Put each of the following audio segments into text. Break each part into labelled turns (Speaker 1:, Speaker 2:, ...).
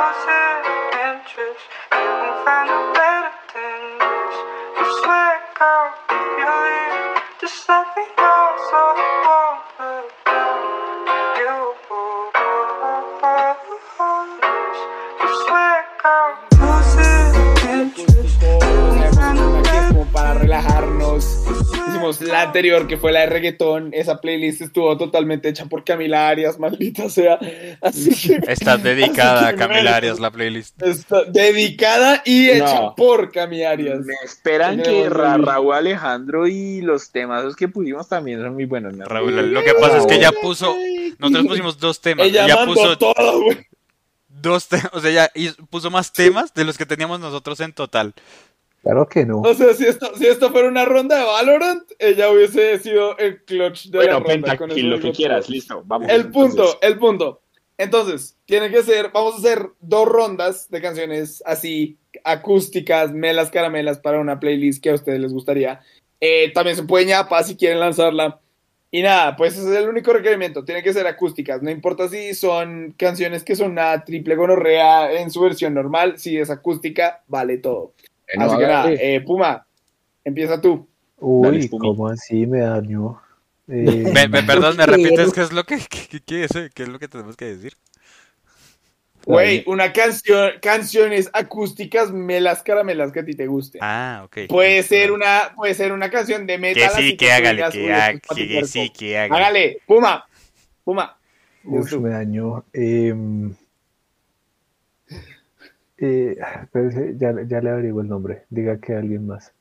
Speaker 1: Losing interest, you will find a better than this. You swear, girl, if you leave, just let me know so I won't forget you. You swear, girl, losing interest, you will find a better
Speaker 2: como para relajarnos. Hicimos la anterior, que fue la de reggaetón. Esa playlist estuvo totalmente hecha por Camila Arias, maldita sea. Así que
Speaker 3: Está dedicada
Speaker 2: Así
Speaker 3: a
Speaker 2: que
Speaker 3: Camila
Speaker 2: bueno.
Speaker 3: Arias la playlist.
Speaker 2: está dedicada y hecha
Speaker 4: No.
Speaker 2: por Camila Arias.
Speaker 4: Me esperan
Speaker 2: Tenemos
Speaker 4: que
Speaker 2: Raúl.
Speaker 4: Ra- Raúl Alejandro y los temas que pusimos también son muy buenos. ¿no?
Speaker 3: Raúl, lo que pasa es que ella
Speaker 2: Raúl.
Speaker 3: puso. Nosotros pusimos dos temas.
Speaker 2: Ella
Speaker 3: Ella,
Speaker 2: mandó
Speaker 3: puso
Speaker 2: todo, güey.
Speaker 3: dos temas. O sea, ella hizo- puso más temas de los que teníamos nosotros en total.
Speaker 5: Claro que no.
Speaker 2: O sea, si esto, si esto fuera una ronda de Valorant, ella hubiese sido el clutch de la
Speaker 4: Bueno,
Speaker 2: ronda.
Speaker 4: Penta,
Speaker 2: con
Speaker 4: que
Speaker 2: eso
Speaker 4: lo
Speaker 2: digo
Speaker 4: que
Speaker 2: todo.
Speaker 4: quieras, listo, vamos.
Speaker 2: El punto,
Speaker 4: entonces.
Speaker 2: el punto. Entonces, tiene que ser, vamos a hacer dos rondas de canciones así, acústicas, melas caramelas para una playlist que a ustedes les gustaría. Eh, también se puede ñapa si quieren lanzarla. Y nada, pues ese es el único requerimiento, tiene que ser acústicas, no importa si son canciones que son a triple gonorrea en su versión normal, si es acústica, vale todo.
Speaker 4: Bueno,
Speaker 2: Así que nada,
Speaker 4: hágale.
Speaker 2: eh, Puma, empieza tú.
Speaker 4: Dale,
Speaker 5: Uy,
Speaker 4: Spumi.
Speaker 5: ¿cómo así me dañó? Eh,
Speaker 3: Ve- ve, perdón, me
Speaker 5: quiero.
Speaker 3: repites qué es lo que, qué- qué- qué es, eh? ¿Qué es lo que tenemos que decir.
Speaker 2: Güey, una canción, canciones acústicas, melas caramelas que a ti te gusten.
Speaker 3: Ah, ok.
Speaker 2: Puede
Speaker 3: Listo.
Speaker 2: ser una, puede ser una canción de metal.
Speaker 3: Que
Speaker 2: así
Speaker 3: sí, que
Speaker 2: tú
Speaker 3: hágale,
Speaker 2: digas,
Speaker 3: que,
Speaker 2: "Uy, esto es
Speaker 3: ha-
Speaker 2: pa' tu
Speaker 3: que
Speaker 2: cuerpo".
Speaker 3: sí, que hágale.
Speaker 2: Hágale, Puma, Puma.
Speaker 5: Uf, me dañó. Em, eh, espérese, ya, ya le averiguo el nombre. Diga que alguien más.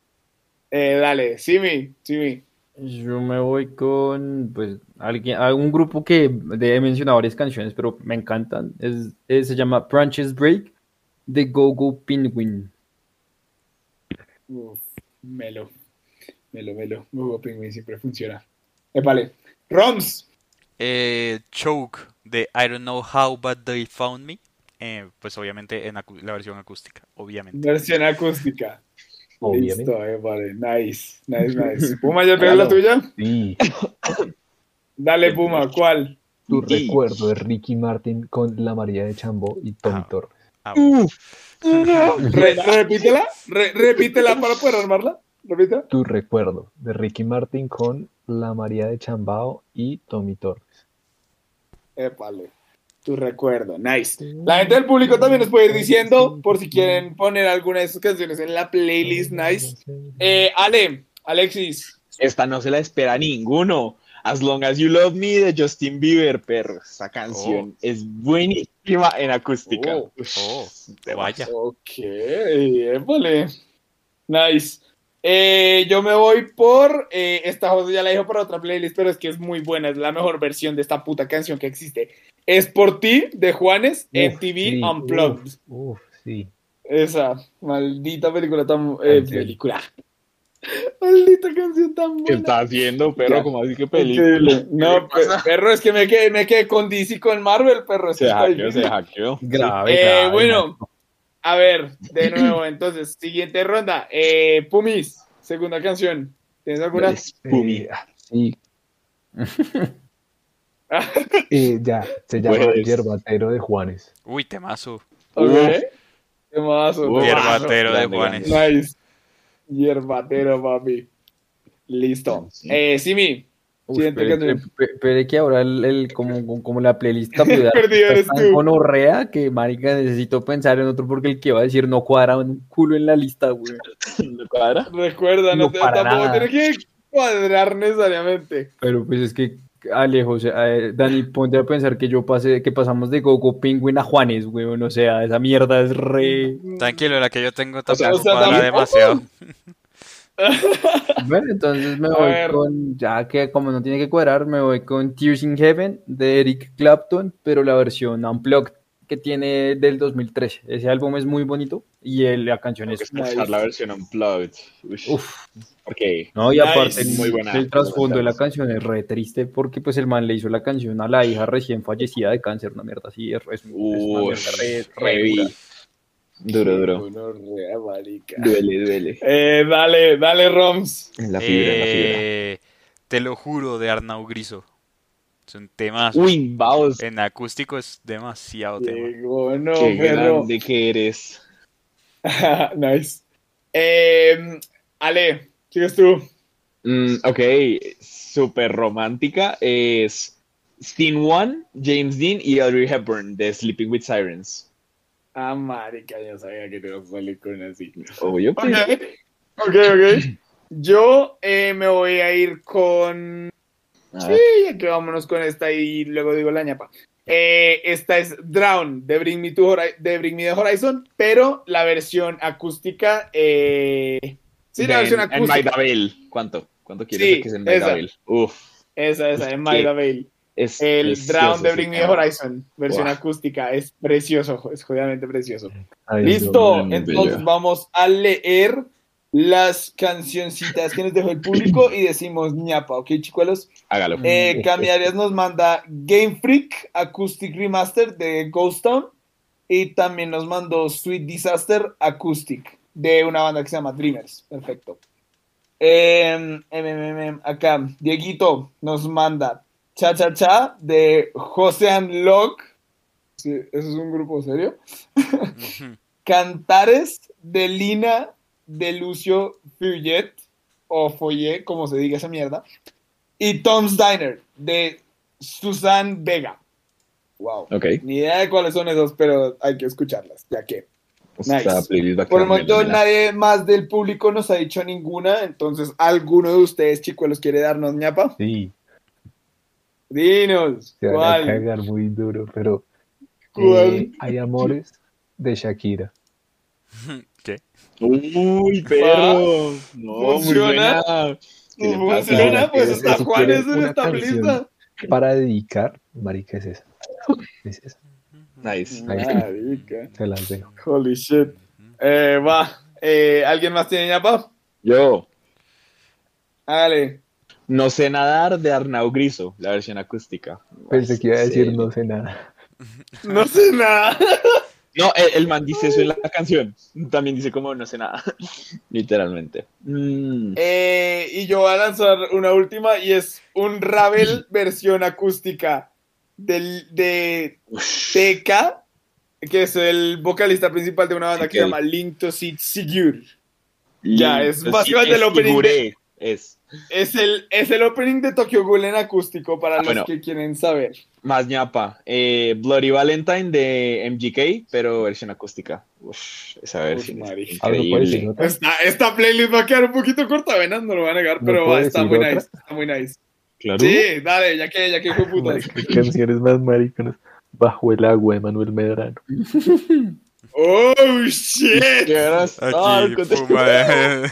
Speaker 2: Eh, dale, Simi, Simi.
Speaker 6: Yo me voy con pues alguien, algún grupo que he mencionado varias canciones, pero me encantan. Es, es- se llama Branches Break de Go Go Penguin.
Speaker 2: Uf, melo, melo, melo. Hugo Pingüin siempre funciona. Eh, vale. Roms.
Speaker 3: Eh, Choke de I don't know how but they found me. Eh, pues obviamente en acu- la versión acústica, obviamente.
Speaker 2: Versión acústica.
Speaker 5: Obviamente.
Speaker 2: Listo, eh, vale. Nice, nice, nice. Puma, ¿ya pegó la tuya?
Speaker 5: Sí.
Speaker 2: Dale, Puma, ¿cuál?
Speaker 5: Tu
Speaker 4: Sí.
Speaker 5: recuerdo de Ricky Martin con la María de Chambó y Tom
Speaker 3: Ah.
Speaker 5: Thor.
Speaker 3: Ah, bueno.
Speaker 2: Re- repítela, re- repítela para poder armarla. Repítela.
Speaker 5: Tu recuerdo de Ricky Martin con la María de Chambao y Tommy Thor.
Speaker 2: Épale. Tu recuerdo, nice. La gente del público también nos puede ir diciendo por si quieren poner alguna de sus canciones en la playlist, nice. Eh, Ale, Alexis,
Speaker 4: Esta no se la espera ninguno. As Long As You Love Me de Justin Bieber, perro. Esa canción es buenísima en acústica.
Speaker 2: Oh.
Speaker 4: Ush,
Speaker 3: Oh,
Speaker 4: de
Speaker 3: vaya.
Speaker 2: ok, épale. Nice. Eh, yo me voy por. eh, esta José ya la dijo para otra playlist, pero es que es muy buena. Es la mejor versión de esta puta canción que existe. Es por ti, de Juanes, en
Speaker 5: Uf,
Speaker 2: TV
Speaker 5: sí,
Speaker 2: Unplugged.
Speaker 5: Uf, uf, sí.
Speaker 2: Esa maldita película tan. eh,
Speaker 5: Canción.
Speaker 2: película. Maldita canción tan
Speaker 4: ¿Qué
Speaker 2: buena.
Speaker 4: está haciendo, perro?
Speaker 2: Ya.
Speaker 4: Como así que película.
Speaker 2: Increíble. No,
Speaker 4: ¿Qué pasa?
Speaker 2: pe- perro, es que me quedé, me quedé con DC y con Marvel, perro. es que
Speaker 4: Se
Speaker 2: está
Speaker 4: hackeó,
Speaker 2: difícil.
Speaker 4: se hackeó.
Speaker 6: Grave,
Speaker 2: Eh,
Speaker 6: grave,
Speaker 2: bueno, a ver, de nuevo, entonces, siguiente ronda. Eh, Pumis, segunda canción. ¿Tienes alguna?
Speaker 4: Pumi.
Speaker 5: Eh, ah, sí. Eh, ya, se llama
Speaker 4: Pues.
Speaker 5: Yerbatero de Juanes.
Speaker 3: Uy, temazo.
Speaker 2: Ok.
Speaker 4: Uf.
Speaker 2: ¿eh? Temazo,
Speaker 4: Uf.
Speaker 2: temazo.
Speaker 3: Hierbatero de
Speaker 4: grande,
Speaker 3: Juanes.
Speaker 2: Nice. Hierbatero, papi. Listo.
Speaker 4: Sí.
Speaker 2: Eh, Simi,
Speaker 6: Uf,
Speaker 2: Siguiente
Speaker 6: pero,
Speaker 2: canción.
Speaker 6: pe- pe- pero es que ahora el, el- como, como la playlist está perdida,
Speaker 2: Perdido eres
Speaker 6: tan
Speaker 2: tú.
Speaker 6: gonorrea que marica necesito pensar en otro porque el que va a decir no cuadra un culo en la lista, güey.
Speaker 4: ¿No cuadra?
Speaker 2: recuerda, no,
Speaker 6: No
Speaker 2: te-
Speaker 6: para
Speaker 2: tampoco
Speaker 6: nada.
Speaker 2: tiene que cuadrar necesariamente.
Speaker 6: Pero pues es que Alejo, o sea, eh, Dani, ponte a pensar que yo pasé, que pasamos de Gogo Penguin a Juanes, güey, o sea, esa mierda es re.
Speaker 3: Tranquilo, la que yo tengo
Speaker 2: O sea,
Speaker 3: tampoco
Speaker 2: o sea,
Speaker 3: cuadra
Speaker 2: tampoco.
Speaker 3: demasiado.
Speaker 6: Bueno, entonces me
Speaker 2: A
Speaker 6: voy
Speaker 2: ver.
Speaker 6: con, ya que como no tiene que cuadrar, me voy con Tears in Heaven de Eric Clapton, pero la versión unplugged que tiene del 2013. Ese álbum es muy bonito y el- la canción
Speaker 4: Tengo que
Speaker 6: es.
Speaker 4: escuchar la versión unplugged. Ush.
Speaker 6: Uf,
Speaker 4: Ok.
Speaker 6: no, y
Speaker 2: Nice.
Speaker 6: aparte el-
Speaker 4: Muy buena.
Speaker 6: el trasfondo de la canción es re triste porque pues el man le hizo la canción a la hija recién fallecida de cáncer, una mierda así, es, es una mierda
Speaker 4: Ush,
Speaker 6: re- re
Speaker 4: revi.
Speaker 6: dura.
Speaker 4: Duro, duro.
Speaker 2: Gonorrea, marica.
Speaker 4: Duele, duele.
Speaker 2: Eh, dale, dale, Roms. Eh,
Speaker 4: En la fibra, en la fibra.
Speaker 3: Eh, te lo juro de Arnau Griso. Son temas.
Speaker 4: Uy, vamos.
Speaker 2: eh,
Speaker 3: En acústico es demasiado tema.
Speaker 2: Diego, no,
Speaker 4: qué
Speaker 2: perro.
Speaker 4: grande que eres.
Speaker 2: nice. Eh, Ale, sigues tú.
Speaker 4: Mm, ok, súper romántica. Es Steen One, James Dean y Audrey Hepburn de Sleeping with Sirens.
Speaker 2: Ah, marica, ya sabía que te ibas a salir con así.
Speaker 4: Obvio.
Speaker 2: Ok, ok, ok. Yo eh, me voy a ir con. Sí, ya que vámonos con esta y luego digo la ñapa. Eh, esta es Drown de Bring Me, to Hori- de Bring Me the Horizon, pero la versión acústica. eh,
Speaker 4: Ah,
Speaker 2: Sí, la versión
Speaker 4: En My
Speaker 2: acústica.
Speaker 4: Dabel. ¿cuánto? ¿Cuánto quieres
Speaker 2: Sí,
Speaker 4: que sea en My
Speaker 2: esa.
Speaker 4: Dabel? Uf.
Speaker 2: Esa, esa, en
Speaker 4: Sí.
Speaker 2: Maida Vale.
Speaker 4: Es
Speaker 2: El Drown
Speaker 4: precioso
Speaker 2: de
Speaker 4: ese
Speaker 2: Bring Me the
Speaker 4: tema.
Speaker 2: Horizon, versión
Speaker 4: Guau.
Speaker 2: acústica. Es precioso, es jodidamente precioso.
Speaker 5: Ay, Dios
Speaker 2: Listo,
Speaker 5: mío.
Speaker 2: entonces vamos a leer las cancioncitas que nos dejó el público y decimos ñapa, ¿ok, chicuelos?
Speaker 4: Hágalo.
Speaker 2: Eh, Cami Arias nos manda Game Freak Acoustic Remaster de Ghost Town y también nos mandó Sweet Disaster Acoustic de una banda que se llama Dreamers. Perfecto. Em, em, em, em, acá, Dieguito nos manda Cha Cha Cha de José and Locke. Sí, ¿Eso es un grupo serio?
Speaker 3: Ujú.
Speaker 2: Cantares de Lina de Lucio Fuyet, o Foyet, como se diga esa mierda, y Tom's Diner de Susan Vega. Wow.
Speaker 4: Ok.
Speaker 2: Ni idea de cuáles son esos, pero hay que escucharlas, ya que.
Speaker 4: Esta
Speaker 2: nice.
Speaker 4: playlist va a
Speaker 2: Por el
Speaker 4: quedar
Speaker 2: momento
Speaker 4: fenomenal.
Speaker 2: nadie más del público nos ha dicho ninguna, entonces alguno de ustedes, chicos, los quiere darnos ñapa.
Speaker 5: Sí,
Speaker 2: Dinos,
Speaker 5: se van a
Speaker 2: ¿cuál?
Speaker 5: cagar muy duro, pero
Speaker 2: ¿Cuál?
Speaker 5: eh, hay amores de Shakira.
Speaker 3: ¿Qué?
Speaker 4: Uy, perro. No, muy
Speaker 2: ¿Funciona?
Speaker 4: buena. ¿Qué le pasa?
Speaker 2: Funciona, pues
Speaker 5: Es-
Speaker 2: está
Speaker 5: es-
Speaker 2: Juanes
Speaker 5: tiene
Speaker 2: en
Speaker 5: una
Speaker 2: esta
Speaker 5: canción.
Speaker 2: lista.
Speaker 5: Para dedicar, marica, es esa. Es esa,
Speaker 4: Nice.
Speaker 5: Ahí está.
Speaker 2: Marica.
Speaker 5: se las dejo.
Speaker 2: Holy shit. Eh, va. Eh, ¿Alguien más tiene ñapa?
Speaker 4: Yo,
Speaker 2: Hágale.
Speaker 4: No sé nadar de Arnau Griso, la versión acústica.
Speaker 5: Pensé que iba a
Speaker 4: Sí.
Speaker 5: decir no sé nada.
Speaker 2: No sé nada.
Speaker 4: No, el, el man dice eso en la canción. También dice como no sé nada. Literalmente. Mm,
Speaker 2: Eh, y yo voy a lanzar una última y es un Ravel versión acústica del, de Teca, que es el vocalista principal de una banda que se
Speaker 4: Ok.
Speaker 2: llama Link to Seat Secure. ya, es
Speaker 4: lindo.
Speaker 2: básicamente el opening
Speaker 4: Igure,
Speaker 2: de-
Speaker 4: Es.
Speaker 2: Es el, es el opening de Tokyo Ghoul en acústico para
Speaker 4: Ah,
Speaker 2: los
Speaker 4: bueno.
Speaker 2: que quieren saber.
Speaker 4: Más ñapa. Eh, Bloody Valentine de MGK, pero versión acústica. Uf, esa versión es
Speaker 2: marica.
Speaker 5: Ahora puedo decir
Speaker 4: increíble.
Speaker 5: otra.
Speaker 2: Esta, esta playlist va a quedar un poquito corta, venas, no lo voy a negar,
Speaker 5: Pues, ¿No
Speaker 2: pero
Speaker 5: puedo
Speaker 2: va, está
Speaker 5: decir
Speaker 2: muy
Speaker 5: otra?
Speaker 2: nice. Está muy nice.
Speaker 4: Claro.
Speaker 2: Sí, dale, ya que, ya que fue putas.
Speaker 5: Marica, qué canciones más mariconas. Bajo el agua, Emanuel Medrano.
Speaker 2: Oh shit.
Speaker 4: Yes, ah,
Speaker 3: Aquí,
Speaker 4: contestó.
Speaker 3: fuma de-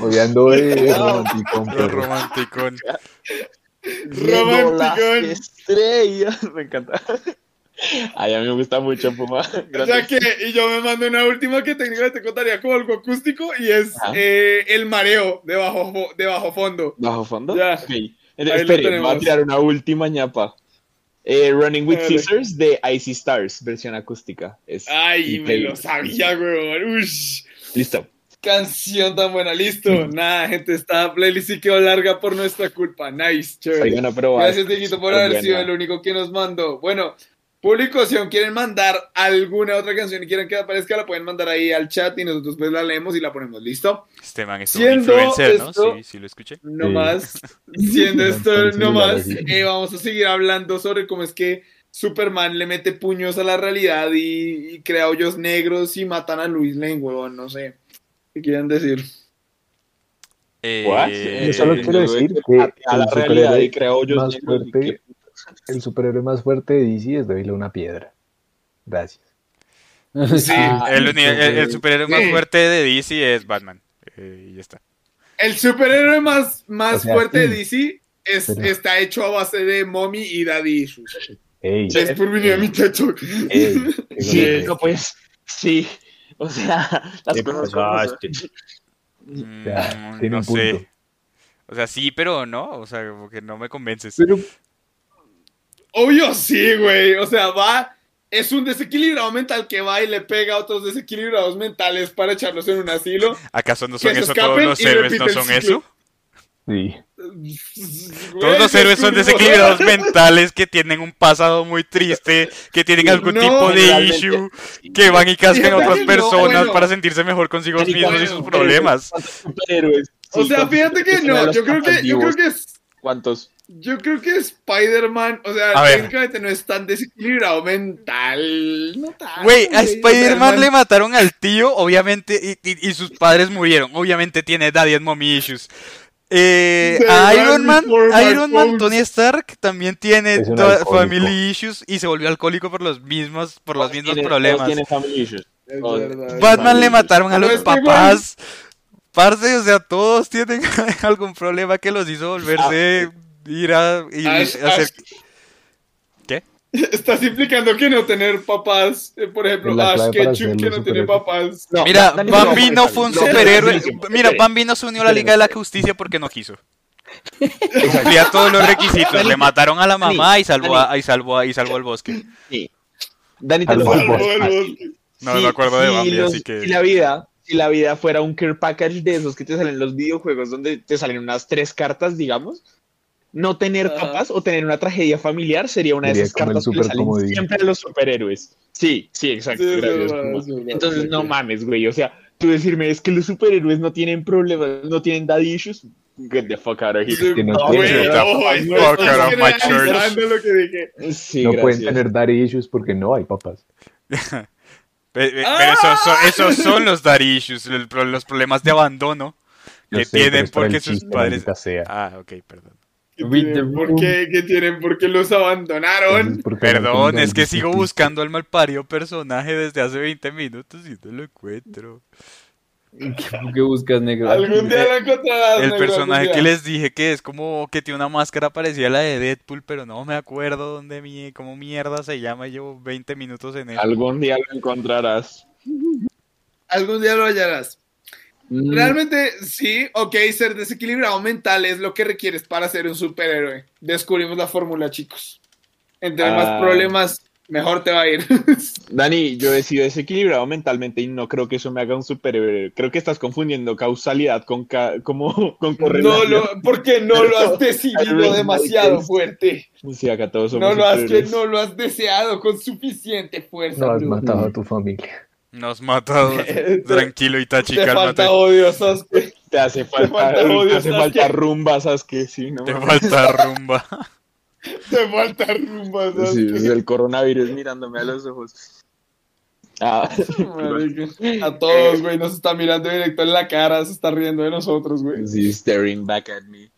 Speaker 5: Odiando de romanticón,
Speaker 3: lo
Speaker 5: pero
Speaker 3: romanticón.
Speaker 4: Viendo las
Speaker 2: Romanticón.
Speaker 4: Estrellas. Me encanta. Ay, a mí me gusta mucho Puma.
Speaker 2: O sea que, y yo me mando una última que técnicamente contaría como algo acústico y es
Speaker 4: Ajá.
Speaker 2: eh, el mareo de bajo, fo- de bajo fondo.
Speaker 4: ¿Bajo fondo?
Speaker 2: Ya.
Speaker 4: Ok. Entonces,
Speaker 2: lo
Speaker 4: espere,
Speaker 2: tenemos.
Speaker 4: voy a tirar una última ñapa. Eh, Running with
Speaker 2: Dale. Ah,
Speaker 4: Scissors de Icy Stars, versión acústica. Es
Speaker 2: Ay, me
Speaker 4: increíble.
Speaker 2: lo sabía, weón. Ush.
Speaker 4: Listo.
Speaker 2: Canción tan buena, listo. Nada, gente, esta playlist sí quedó larga por nuestra culpa. Nice, chévere.
Speaker 4: Oigan, pero va,
Speaker 2: Gracias, Dieguito, por haber
Speaker 4: buena.
Speaker 2: sido el único que nos mandó. Bueno, público, si aún quieren mandar alguna otra canción y quieren que aparezca, la pueden mandar ahí al chat y nosotros pues la leemos y la ponemos. ¿Listo?
Speaker 3: Este man es un
Speaker 2: Siendo
Speaker 3: influencer, ¿no?
Speaker 2: esto-
Speaker 3: Sí, sí lo escuché.
Speaker 2: No
Speaker 5: Sí.
Speaker 2: más. Siendo esto
Speaker 5: Entonces,
Speaker 2: no más,
Speaker 5: sí.
Speaker 2: eh, vamos a seguir hablando sobre cómo es que Superman le mete puños a la realidad y, y crea hoyos negros y matan a Luis Lane, huevón, no sé. ¿Qué quieren decir?
Speaker 4: What?
Speaker 3: Eh,
Speaker 5: Yo solo quiero
Speaker 4: luego
Speaker 5: decir
Speaker 4: de-
Speaker 5: que
Speaker 4: a la realidad
Speaker 5: el superhéroe
Speaker 4: y creo yo
Speaker 5: más fuerte, el superhéroe más fuerte de DC es David una piedra. Gracias.
Speaker 2: Sí,
Speaker 4: Ah,
Speaker 3: el, uni- el- el superhéroe más
Speaker 2: Sí.
Speaker 3: fuerte de DC es Batman. Eh, y ya está.
Speaker 2: el superhéroe más, más
Speaker 5: O sea,
Speaker 2: fuerte
Speaker 5: sí.
Speaker 2: de DC es-
Speaker 5: Pero-
Speaker 2: está hecho a base de mommy y daddy issues.
Speaker 5: Ey,
Speaker 2: Es por venir a mi techo.
Speaker 5: ey, qué
Speaker 4: Sí,
Speaker 5: gonorrea.
Speaker 4: no, pues, sí. O sea, las
Speaker 5: Qué
Speaker 4: cosas como son.
Speaker 5: pasaste.
Speaker 3: Mm,
Speaker 5: Ya, tiene
Speaker 3: no
Speaker 5: un punto.
Speaker 3: sé. O sea, sí, pero no. O sea, como que no me convences.
Speaker 2: Pero- Obvio sí, güey. O sea, va. Es un desequilibrado mental que va y le pega a otros desequilibrados mentales para echarlos en un asilo.
Speaker 3: ¿Acaso
Speaker 2: que
Speaker 3: no son
Speaker 2: se
Speaker 3: eso todos
Speaker 2: escapen
Speaker 3: los
Speaker 2: y
Speaker 3: héroes?
Speaker 2: repite
Speaker 3: ¿No
Speaker 2: el
Speaker 3: son
Speaker 2: ciclo.
Speaker 3: eso?
Speaker 5: Sí.
Speaker 3: Todos los héroes son desequilibrados mentales que tienen un pasado muy triste, que tienen algún
Speaker 2: No,
Speaker 3: tipo de
Speaker 4: generalmente.
Speaker 3: issue, que van y cascan a otras
Speaker 2: No,
Speaker 3: personas
Speaker 2: bueno.
Speaker 3: para sentirse mejor consigo
Speaker 4: Marica,
Speaker 3: mismos y
Speaker 2: bueno,
Speaker 3: sus problemas.
Speaker 4: ¿Cuántos superhéroes?
Speaker 2: O
Speaker 4: Sí,
Speaker 2: sea,
Speaker 4: ¿cuántos
Speaker 2: fíjate que
Speaker 4: superhéroes
Speaker 2: no,
Speaker 4: los
Speaker 2: yo creo que, yo creo
Speaker 4: captivos?
Speaker 2: que es-
Speaker 4: ¿Cuántos?
Speaker 2: Yo creo que Spider-Man, o sea,
Speaker 3: A ver.
Speaker 2: técnicamente no es tan desequilibrado mental. No tanto,
Speaker 3: Güey, a
Speaker 2: güey,
Speaker 3: Spider-Man le mataron al tío, obviamente, y, y- y sus padres murieron. Obviamente tiene daddy and mommy issues. Eh,
Speaker 2: The
Speaker 3: a
Speaker 2: Land
Speaker 3: Iron Man,
Speaker 2: Before My
Speaker 3: Iron Man,
Speaker 2: Folds.
Speaker 3: Tony Stark también tiene
Speaker 5: Es un
Speaker 3: da-
Speaker 5: alcohólico.
Speaker 3: family issues y se volvió alcohólico por los mismos, por los mismos
Speaker 4: Tiene-
Speaker 3: problemas.
Speaker 4: todos tienen family issues.
Speaker 2: Es
Speaker 4: Oh,
Speaker 2: verdad.
Speaker 3: Batman le
Speaker 4: Ay,
Speaker 3: mataron a
Speaker 2: no,
Speaker 3: los
Speaker 2: es que, güey.
Speaker 3: papás. Parce, o sea, todos tienen algún problema que los hizo volverse ir a y
Speaker 2: Ash,
Speaker 3: hacer
Speaker 2: Ash. Estás implicando que no tener papás, eh, por ejemplo,
Speaker 5: Es la
Speaker 2: Ash
Speaker 5: clave para
Speaker 2: Ketchum que
Speaker 5: hacerlo
Speaker 2: no tiene
Speaker 5: superhéroe.
Speaker 2: papás.
Speaker 4: No,
Speaker 3: Mira,
Speaker 4: Dani
Speaker 3: Bambi
Speaker 4: Brown,
Speaker 3: no fue un
Speaker 4: Dani Brown.
Speaker 3: superhéroe.
Speaker 4: Espere,
Speaker 3: Mira,
Speaker 4: espere.
Speaker 3: Bambi no se unió a la Liga de la Justicia porque no quiso. Cumplía todos los requisitos. Le mataron a la mamá y salvó a, y salvó a- y salvó al bosque.
Speaker 4: Sí. Dani te
Speaker 5: Al
Speaker 4: lo
Speaker 5: fútbol.
Speaker 4: juro.
Speaker 2: Salvo el bosque.
Speaker 3: No me acuerdo de Bambi,
Speaker 4: los-
Speaker 3: así que-
Speaker 4: Si la vida, si la vida fuera un care package de esos que te salen en los videojuegos, donde te salen unas tres cartas, digamos, no tener
Speaker 2: Ajá.
Speaker 4: papás o tener una tragedia familiar sería una
Speaker 5: Sería
Speaker 4: de esas
Speaker 5: como el
Speaker 4: cartas que le salen
Speaker 5: supercomodín.
Speaker 4: siempre a los superhéroes. Sí, sí, exacto.
Speaker 2: Sí, es
Speaker 4: gracias,
Speaker 2: verdad,
Speaker 4: Puma.
Speaker 2: es verdad,
Speaker 4: Entonces,
Speaker 2: sí,
Speaker 4: no
Speaker 2: sí.
Speaker 4: mames, güey. O sea, tú decirme es que los superhéroes no tienen problemas, no tienen daddy issues. Get the fuck out of here.
Speaker 5: que no
Speaker 2: Güey,
Speaker 5: tiene-
Speaker 2: no,
Speaker 3: Fuck
Speaker 2: estoy
Speaker 3: out of my
Speaker 2: generalizando lo que dije.
Speaker 4: Sí,
Speaker 5: no pueden
Speaker 4: gracias.
Speaker 5: tener daddy issues porque no hay papás.
Speaker 3: Pe- pe- Pero esos son, esos son los daddy issues, el pro- los problemas de abandono
Speaker 5: Yo
Speaker 3: que
Speaker 5: sé, pero
Speaker 3: tienen
Speaker 5: es para el
Speaker 3: porque sus
Speaker 5: chiste,
Speaker 3: padres.
Speaker 5: maldita sea.
Speaker 3: Ah, ok, perdón.
Speaker 2: ¿Qué
Speaker 6: With the
Speaker 2: tienen? ¿Por
Speaker 6: room.
Speaker 2: qué? ¿Qué tienen? ¿Por qué los abandonaron?
Speaker 5: Entonces, ¿por qué no
Speaker 3: Perdón,
Speaker 5: tienen
Speaker 3: es que
Speaker 5: daddy
Speaker 3: sigo
Speaker 5: issues?
Speaker 3: buscando al malparido personaje desde hace 20 minutos y no lo encuentro.
Speaker 6: ¿Qué buscas, negro?
Speaker 2: Algún día lo encontrarás.
Speaker 3: El
Speaker 2: negro, algún
Speaker 3: personaje
Speaker 2: día.
Speaker 3: que les dije que es como que tiene una máscara parecida a la de Deadpool, pero no me acuerdo dónde mi, cómo mierda se llama. y Llevo 20 minutos en él.
Speaker 4: Algún día lo encontrarás.
Speaker 2: Algún día lo hallarás.
Speaker 4: Mm,
Speaker 2: Realmente, sí, ok, ser desequilibrado mental es lo que requieres para ser un superhéroe. Descubrimos la fórmula, chicos. Entre
Speaker 4: Ah.
Speaker 2: más problemas, mejor te va a ir.
Speaker 4: Dani, yo he sido desequilibrado mentalmente y no creo que eso me haga un superhéroe. Creo que estás confundiendo causalidad con, ca- como, con
Speaker 2: no
Speaker 4: correlación.
Speaker 2: lo, porque no lo has decidido
Speaker 4: Iron
Speaker 2: demasiado
Speaker 4: Maiden.
Speaker 2: fuerte.
Speaker 4: Pues Sí, acá todos somos
Speaker 2: No lo, has, que
Speaker 4: superhéroes.
Speaker 2: no lo has deseado con suficiente fuerza.
Speaker 5: No has
Speaker 2: Bruno.
Speaker 5: matado a tu familia.
Speaker 3: Nos mata. Tranquilo, Itachi,
Speaker 2: Te falta
Speaker 3: cálmate.
Speaker 2: odio, Sasuke.
Speaker 4: Te hace falta,
Speaker 2: falta
Speaker 4: te
Speaker 2: odio,
Speaker 4: hace
Speaker 2: ¿sabes
Speaker 4: falta
Speaker 2: qué?
Speaker 4: rumba, ¿sabes qué? Sí, no.
Speaker 3: Te falta rumba.
Speaker 2: Te falta rumba,
Speaker 4: Sí,
Speaker 2: Sasuke.
Speaker 4: es el coronavirus mirándome a los ojos. Ah,
Speaker 2: Marica. A todos, güey, nos está mirando directo en la cara, se está riendo de nosotros, güey.
Speaker 4: sí, staring back at me.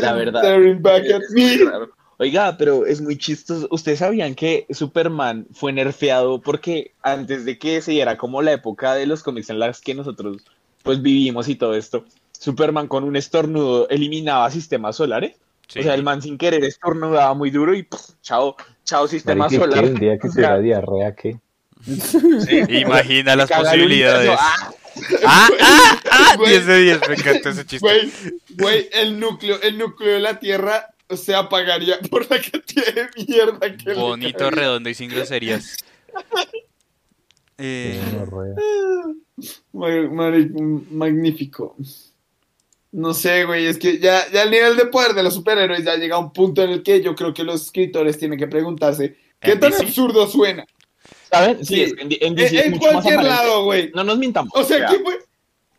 Speaker 4: La verdad.
Speaker 2: Staring back at
Speaker 4: Es muy
Speaker 2: me.
Speaker 4: raro. Oiga, pero es muy chistoso. ¿Ustedes sabían que Superman fue nerfeado porque antes de que se diera como la época de los cómics en las que nosotros pues vivimos y todo esto, Superman con un estornudo eliminaba sistemas solares?
Speaker 3: Sí.
Speaker 4: O sea, el man sin querer estornudaba muy duro y pff, chao, chao sistema
Speaker 5: Marica, ¿y qué?
Speaker 4: solar.
Speaker 5: Un día que te da diarrea, ¿qué?
Speaker 3: Imagina las
Speaker 4: Cagar el
Speaker 3: posibilidades.
Speaker 4: universo. Ah,
Speaker 3: ¡Ah, ah, ah!
Speaker 2: Güey.
Speaker 3: 10 de 10, me encantó ese chiste.
Speaker 2: Güey, güey, el núcleo, el núcleo de la Tierra se apagaría por la cantidad de mierda que le
Speaker 3: Bonito,
Speaker 2: cae.
Speaker 3: redondo y sin groserías. Eh,
Speaker 5: Gonorrea.
Speaker 2: Ma- mari- Magnífico. No sé, güey, es que ya, ya el nivel de poder de los superhéroes ya llega a un punto en el que yo creo que los escritores tienen que preguntarse qué
Speaker 3: ¿En
Speaker 2: tan
Speaker 3: DC?
Speaker 2: absurdo suena.
Speaker 4: ¿Saben? Sí,
Speaker 2: Sí.
Speaker 4: es que en, en DC
Speaker 2: En,
Speaker 4: es
Speaker 2: en
Speaker 4: mucho más
Speaker 2: cualquier
Speaker 4: aparente.
Speaker 2: lado, güey.
Speaker 4: No nos mintamos.
Speaker 2: O sea, ¿quién fue,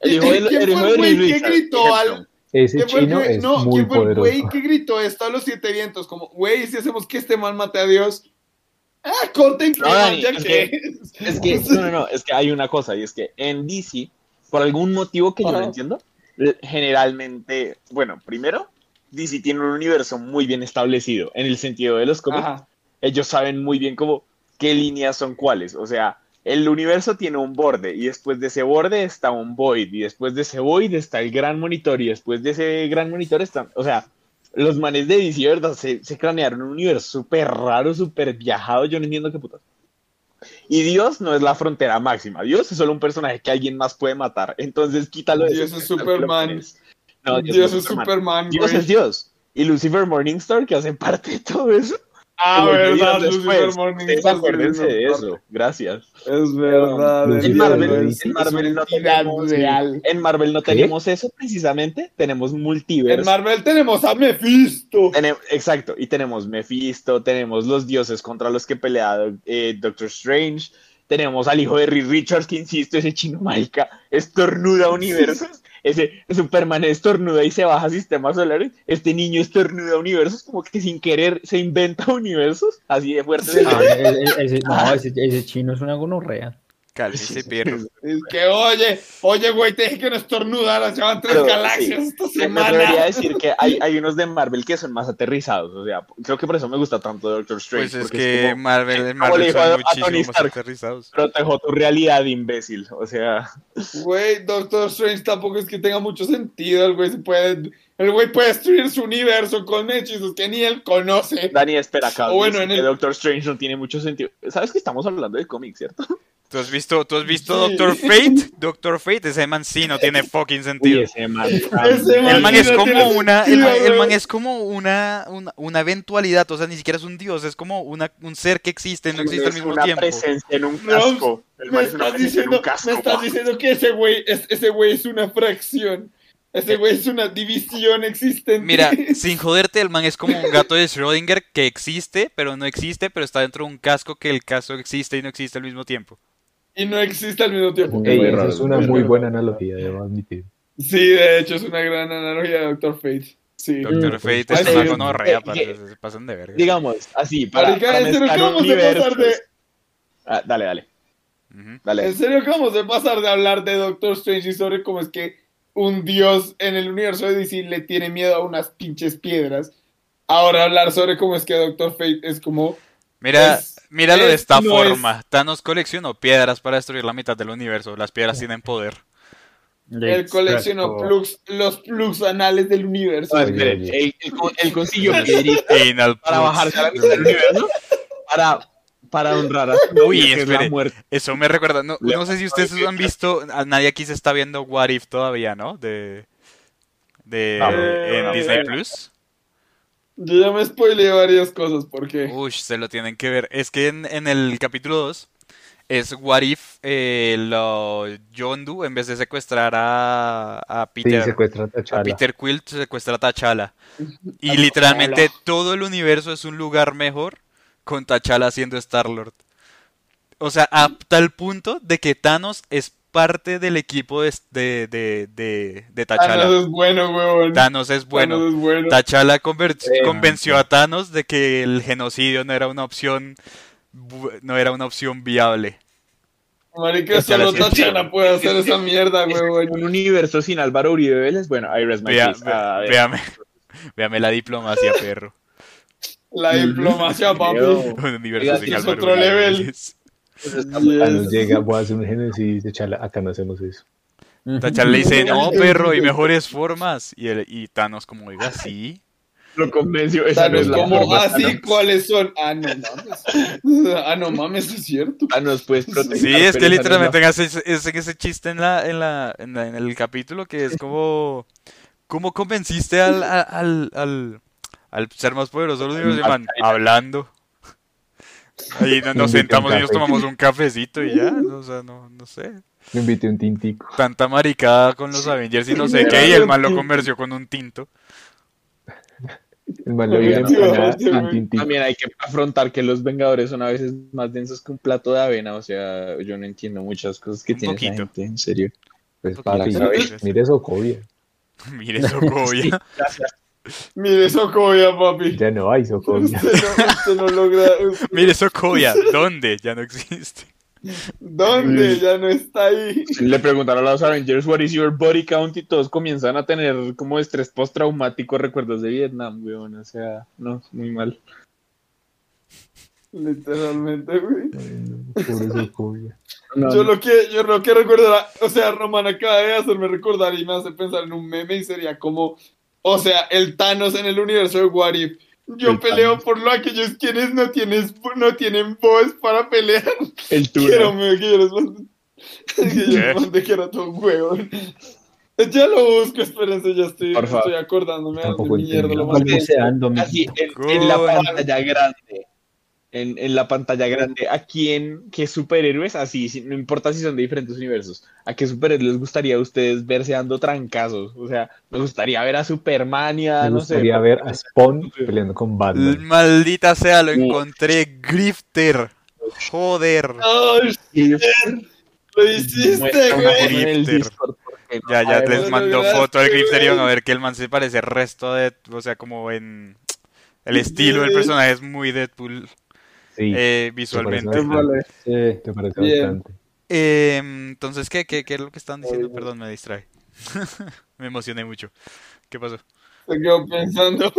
Speaker 4: el hijo
Speaker 2: ¿quién-
Speaker 4: del-
Speaker 2: quién
Speaker 4: el hijo
Speaker 2: fue
Speaker 4: de
Speaker 2: el güey
Speaker 4: Luis
Speaker 2: que
Speaker 4: Luis,
Speaker 2: gritó
Speaker 4: ejemplo.
Speaker 2: al-
Speaker 5: Ese
Speaker 2: ¿Quién fue el
Speaker 5: Este chino
Speaker 2: güey-
Speaker 5: es
Speaker 2: no,
Speaker 5: muy
Speaker 2: ¿quién fue el güey
Speaker 5: poderoso.
Speaker 2: que gritó esto a los siete vientos? Como, güey, si hacemos que este man mate a Dios. Ah, corten que
Speaker 4: No,
Speaker 2: man,
Speaker 4: Dani,
Speaker 2: ya
Speaker 4: es
Speaker 2: que.
Speaker 4: Es que, no, no, no, es que hay una cosa, y es que en DC, por algún motivo que yo
Speaker 2: Ajá.
Speaker 4: no entiendo, l- generalmente, bueno, primero, DC tiene un universo muy bien establecido, en el sentido de los cómics,
Speaker 2: Ajá.
Speaker 4: ellos saben muy bien cómo, qué líneas son cuáles, o sea, el universo tiene un borde, y después de ese borde está un void, y después de ese void está el gran monitor, y después de ese gran monitor está, o sea, los manes de DC, ¿verdad? Se, se cranearon un universo súper raro, súper viajado, yo no entiendo qué putas. Y Dios no es la frontera máxima. Dios es solo un personaje que alguien más puede matar. Entonces quítalo de
Speaker 2: Dios
Speaker 4: ese
Speaker 2: es
Speaker 4: pedestal que lo
Speaker 2: Superman.
Speaker 4: pones. No,
Speaker 2: Dios,
Speaker 4: Dios, no
Speaker 2: es Superman,
Speaker 4: Dios
Speaker 2: güey.
Speaker 4: es Dios. Y Lucifer Morningstar, que hacen parte de todo eso,
Speaker 2: Ah,
Speaker 4: Como
Speaker 2: verdad,
Speaker 4: días
Speaker 2: Lucifer
Speaker 4: después.
Speaker 2: Morning.
Speaker 4: Ustedes
Speaker 2: Star
Speaker 4: acuérdense de
Speaker 2: Morning.
Speaker 4: eso. Gracias.
Speaker 2: Es verdad.
Speaker 5: En
Speaker 2: es
Speaker 5: Marvel-
Speaker 2: verdad,
Speaker 5: en
Speaker 2: es
Speaker 4: Marvel no
Speaker 2: entidad
Speaker 4: tenemos-
Speaker 2: real.
Speaker 4: En Marvel no
Speaker 5: ¿Qué?
Speaker 4: tenemos eso precisamente. Tenemos multiverso.
Speaker 2: En Marvel tenemos a Mephisto.
Speaker 4: Tene- Exacto, y tenemos Mephisto, tenemos los dioses contra los que pelea eh, Doctor Strange, tenemos al hijo de Reed Richards, que insisto, ese chino maica estornuda universos, ese Superman estornuda y se baja sistemas solares, este niño estornuda universos, como que sin querer se inventa universos, así de fuerte. es el-
Speaker 6: Ah, ese- ese- no, ese, ese chino es una gonorrea.
Speaker 3: Cálmese, perro.
Speaker 2: Es que, oye, oye, güey, te dije que no estornudaras. Llevan tres
Speaker 4: Pero,
Speaker 2: galaxias
Speaker 4: sí.
Speaker 2: esta
Speaker 4: Me- Me
Speaker 2: semana.
Speaker 4: atrevería a decir que hay, hay unos de Marvel que son más aterrizados, o sea, creo que por eso me gusta tanto Doctor Strange.
Speaker 3: Pues es
Speaker 4: porque
Speaker 3: que
Speaker 4: como,
Speaker 3: Marvel, en
Speaker 4: como
Speaker 3: Marvel
Speaker 4: le dijo a- a
Speaker 3: son
Speaker 4: Tony
Speaker 3: muchísimo más
Speaker 4: Stark.
Speaker 3: aterrizados.
Speaker 4: protejo tu realidad, imbécil, o sea...
Speaker 2: Güey, Doctor Strange tampoco es que tenga mucho sentido. El güey se puede. El güey puede destruir su universo con hechizos que ni él conoce.
Speaker 4: Dani, espera, acá.
Speaker 2: O bueno,
Speaker 4: dice
Speaker 2: en
Speaker 4: que
Speaker 2: el-
Speaker 4: Doctor Strange no tiene mucho sentido. Sabes que estamos hablando de cómics, ¿cierto?
Speaker 3: ¿Tú has visto, tú has visto
Speaker 2: Sí.
Speaker 3: Doctor Fate? Doctor Fate, ese man sí no tiene fucking sentido.
Speaker 4: ese man.
Speaker 2: Ese man-
Speaker 3: El man
Speaker 2: sí
Speaker 3: es
Speaker 2: no
Speaker 3: como
Speaker 2: tiene
Speaker 3: una, el
Speaker 2: sentido,
Speaker 3: man, el
Speaker 2: güey.
Speaker 3: man es como una, una, una eventualidad, o sea, ni siquiera es un dios, es como una, un ser que existe, no existe al
Speaker 4: Es
Speaker 3: mismo
Speaker 4: una
Speaker 3: tiempo.
Speaker 4: presencia en un
Speaker 2: No,
Speaker 4: casco. El
Speaker 2: Me
Speaker 4: man es
Speaker 2: estás,
Speaker 4: una presencia en un
Speaker 2: diciendo,
Speaker 4: casco.
Speaker 2: me estás diciendo que ese güey es, ese güey es una fracción.
Speaker 4: Eh.
Speaker 2: Ese güey es una división existente.
Speaker 3: Mira, sin joderte, el man es como un gato de Schrödinger que existe, pero no existe, pero está dentro de un casco que el casco existe y no existe al mismo tiempo.
Speaker 2: Y no existe al mismo tiempo.
Speaker 5: Muy
Speaker 4: Ey,
Speaker 5: buena,
Speaker 4: raro,
Speaker 5: es una
Speaker 4: muy
Speaker 5: muy
Speaker 2: raro.
Speaker 5: buena analogía, debo admitir.
Speaker 2: Sí, de hecho, es una gran analogía de Doctor Fate. Sí.
Speaker 3: Doctor
Speaker 5: pues,
Speaker 3: Fate
Speaker 2: pues,
Speaker 3: es una
Speaker 2: sí.
Speaker 3: gonorrea,
Speaker 4: Eh,
Speaker 3: parce,
Speaker 4: eh,
Speaker 3: se pasan de verga.
Speaker 4: Digamos, así, para,
Speaker 2: Marica,
Speaker 4: para
Speaker 2: ¿en serio
Speaker 4: mezclar
Speaker 2: que vamos a pasar
Speaker 4: universos.
Speaker 2: de-
Speaker 4: Ah, dale, dale,
Speaker 3: Ujú.
Speaker 4: dale.
Speaker 2: En serio, acabamos de pasar de hablar de Doctor Strange y sobre cómo es que un dios en el universo de DC le tiene miedo a unas pinches piedras. Ahora hablar sobre cómo es que Doctor Fate es como.
Speaker 3: Mira,
Speaker 2: Es-
Speaker 3: míralo de
Speaker 2: es-
Speaker 3: esta
Speaker 2: no es-
Speaker 3: forma. Thanos coleccionó piedras para destruir la mitad del universo. Las piedras tienen poder.
Speaker 2: Él coleccionó
Speaker 6: Exacto.
Speaker 2: plugs- los plugs anales del universo.
Speaker 4: No,
Speaker 5: Oye,
Speaker 4: esperen,
Speaker 5: oye.
Speaker 4: el, el, con- el consiguió piedritas
Speaker 3: Anal
Speaker 4: para
Speaker 3: plugs.
Speaker 4: bajarse a la mitad del universo para, para honrar a su
Speaker 3: Uy,
Speaker 4: novia, que es la
Speaker 3: espere.
Speaker 4: muerte.
Speaker 3: Eso me recuerda. No,
Speaker 4: Le-
Speaker 3: no sé si ustedes han visto. a nadie aquí se está viendo What If todavía, ¿no? De. De.
Speaker 4: Ah,
Speaker 3: en
Speaker 2: bueno.
Speaker 3: Disney
Speaker 2: Eh,
Speaker 3: Plus.
Speaker 2: Yo ya me spoileé varias cosas porque.
Speaker 3: Uy, se lo tienen que ver. Es que en, en el capítulo 2 es What If eh, lo, Yondu, en vez de secuestrar a, a
Speaker 5: Sí,
Speaker 3: Peter,
Speaker 5: secuestra a
Speaker 3: a
Speaker 5: T'Challa.
Speaker 3: Peter Quill, secuestra a T'Challa. Y literalmente todo el universo es un lugar mejor con T'Challa siendo Star-Lord. O sea, a tal punto de que Thanos es parte del equipo de, de, de, de- de T'Challa.
Speaker 2: Thanos es bueno, huevón.
Speaker 3: Thanos es bueno.
Speaker 2: Thanos es bueno.
Speaker 3: T'Challa conver- convenció a Thanos de que el genocidio no era una opción bu- no era una opción viable.
Speaker 2: Marica,
Speaker 3: Tachala
Speaker 2: solo
Speaker 3: siempre.
Speaker 2: Tachana puede hacer esa mierda, huevón.
Speaker 4: Un universo sin Álvaro Uribe Vélez, bueno, I rest my
Speaker 3: Vea-
Speaker 4: case. Ah,
Speaker 3: vea-
Speaker 4: A ver.
Speaker 3: véame, véame la diplomacia, perro.
Speaker 2: La diplomacia, papi.
Speaker 4: Creo.
Speaker 3: Un universo
Speaker 4: Oiga,
Speaker 3: sin
Speaker 4: sí, es
Speaker 3: Álvaro
Speaker 2: otro
Speaker 3: Uribe
Speaker 2: level.
Speaker 3: Vélez.
Speaker 5: Ah, no,
Speaker 2: Yes.
Speaker 5: llega, voy a hacer un genocidio y dice T'Challa, acá no hacemos eso.
Speaker 3: T'Challa le dice, no, perro, hay mejores formas. Y, el, y Thanos como, diga, sí.
Speaker 4: Lo convenció. Esa no
Speaker 2: Thanos
Speaker 4: es la
Speaker 2: como
Speaker 4: forma.
Speaker 2: así,
Speaker 4: Thanos.
Speaker 2: ¿cuáles son? Ah, no mames. Ah, no mames, es cierto.
Speaker 4: Thanos, puedes proteger.
Speaker 3: Sí, es
Speaker 4: pero
Speaker 3: que
Speaker 4: esa no
Speaker 3: literalmente
Speaker 4: la-
Speaker 3: hace ese, ese- ese chiste en la, en la, en la- en el capítulo que es como ¿Cómo convenciste al, a- al, al, al ser más poderoso del universo? Y man, hablando. Ahí no- nos
Speaker 5: Invité un
Speaker 3: sentamos y nos
Speaker 5: café.
Speaker 3: tomamos un cafecito y ya, o sea, no, no sé.
Speaker 5: Me invité un tintico.
Speaker 3: Tanta maricada con los Avengers y no sé qué, y el man lo convenció con un tinto.
Speaker 5: El man le dio una
Speaker 4: Sí,
Speaker 5: empanada
Speaker 2: sí,
Speaker 5: y un
Speaker 2: güey.
Speaker 5: tintico.
Speaker 4: También hay que afrontar que los Vengadores son a veces más densos que un plato de avena. O sea, yo no entiendo muchas cosas que
Speaker 3: Un
Speaker 4: tiene esa
Speaker 3: poquito.
Speaker 4: gente, en serio.
Speaker 5: Pues
Speaker 3: Ok,
Speaker 5: papi,
Speaker 3: ¿sabes?
Speaker 5: mire Socovia.
Speaker 3: Mire Sokovia.
Speaker 2: Mire, Socovia, papi.
Speaker 5: Ya no hay Socovia.
Speaker 2: Usted no, usted no logra.
Speaker 3: Mire Sokovia, ¿dónde? Ya no existe.
Speaker 2: ¿Dónde? Ya no está ahí.
Speaker 4: Le preguntaron a los Avengers, ¿What is your body count? Y todos comienzan a tener como estrés postraumático, recuerdos de Vietnam, weón. O sea, no, muy mal.
Speaker 2: Literalmente, güey.
Speaker 5: Pobre Socovia.
Speaker 4: No,
Speaker 2: Yo
Speaker 4: no.
Speaker 2: lo que, yo lo que recordar, o sea, Roman acaba de hacerme recordar y me hace pensar en un meme y sería como, o sea, el Thanos en el universo de What If. Yo
Speaker 4: El
Speaker 2: peleo
Speaker 4: Thanos.
Speaker 2: por lo aquellos quienes no, tienes, no tienen voz para pelear.
Speaker 4: El
Speaker 2: Quiero,
Speaker 4: turno.
Speaker 2: me, que yo les mande, que yo
Speaker 3: ¿Qué?
Speaker 2: les mande que era todo un huevo. Ya lo busco, espérense, ya estoy,
Speaker 4: Por favor.
Speaker 2: estoy acordándome a
Speaker 5: Tampoco
Speaker 2: dónde mierda
Speaker 5: entendí.
Speaker 2: lo
Speaker 6: Como
Speaker 2: mandé.
Speaker 6: sea, en domingo.
Speaker 4: Así, en, en la
Speaker 3: Cool.
Speaker 4: pantalla grande. En, en la pantalla grande, ¿a quién, qué superhéroes, así, si- no importa si son de diferentes universos, a qué superhéroes les gustaría a ustedes verse dando trancazos? O sea, me gustaría ver a Superman y a,
Speaker 5: Me
Speaker 4: Ah, no
Speaker 5: gustaría
Speaker 4: sé,
Speaker 5: ver a Spawn peleando con
Speaker 3: Mm,
Speaker 5: Batman.
Speaker 3: Maldita sea, lo
Speaker 4: Sí.
Speaker 3: encontré. Grifter. Joder.
Speaker 2: Ay,
Speaker 4: y-
Speaker 2: lo hiciste,
Speaker 4: muestra una
Speaker 2: güey.
Speaker 4: foto en el
Speaker 3: Grifter.
Speaker 4: Discord, porque no
Speaker 3: Ya, ya
Speaker 4: sabemos.
Speaker 3: les
Speaker 2: lo
Speaker 3: mandó
Speaker 2: lograste,
Speaker 3: foto al
Speaker 2: güey.
Speaker 3: Grifter y van a ver que el man se parece el resto de. O sea, como en. El estilo del
Speaker 2: Yes.
Speaker 3: personaje es muy Deadpool
Speaker 5: Sí,
Speaker 3: eh,
Speaker 5: te parece
Speaker 3: visualmente.
Speaker 2: Es vale.
Speaker 5: bastante.
Speaker 6: Sí.
Speaker 5: Te parece
Speaker 2: Bien.
Speaker 5: bastante.
Speaker 3: Eh, entonces, ¿qué, qué, ¿qué es lo que estaban diciendo?
Speaker 2: Ay, no.
Speaker 3: Perdón, me distrae. me emocioné mucho. ¿Qué pasó?
Speaker 2: Se quedó pensando.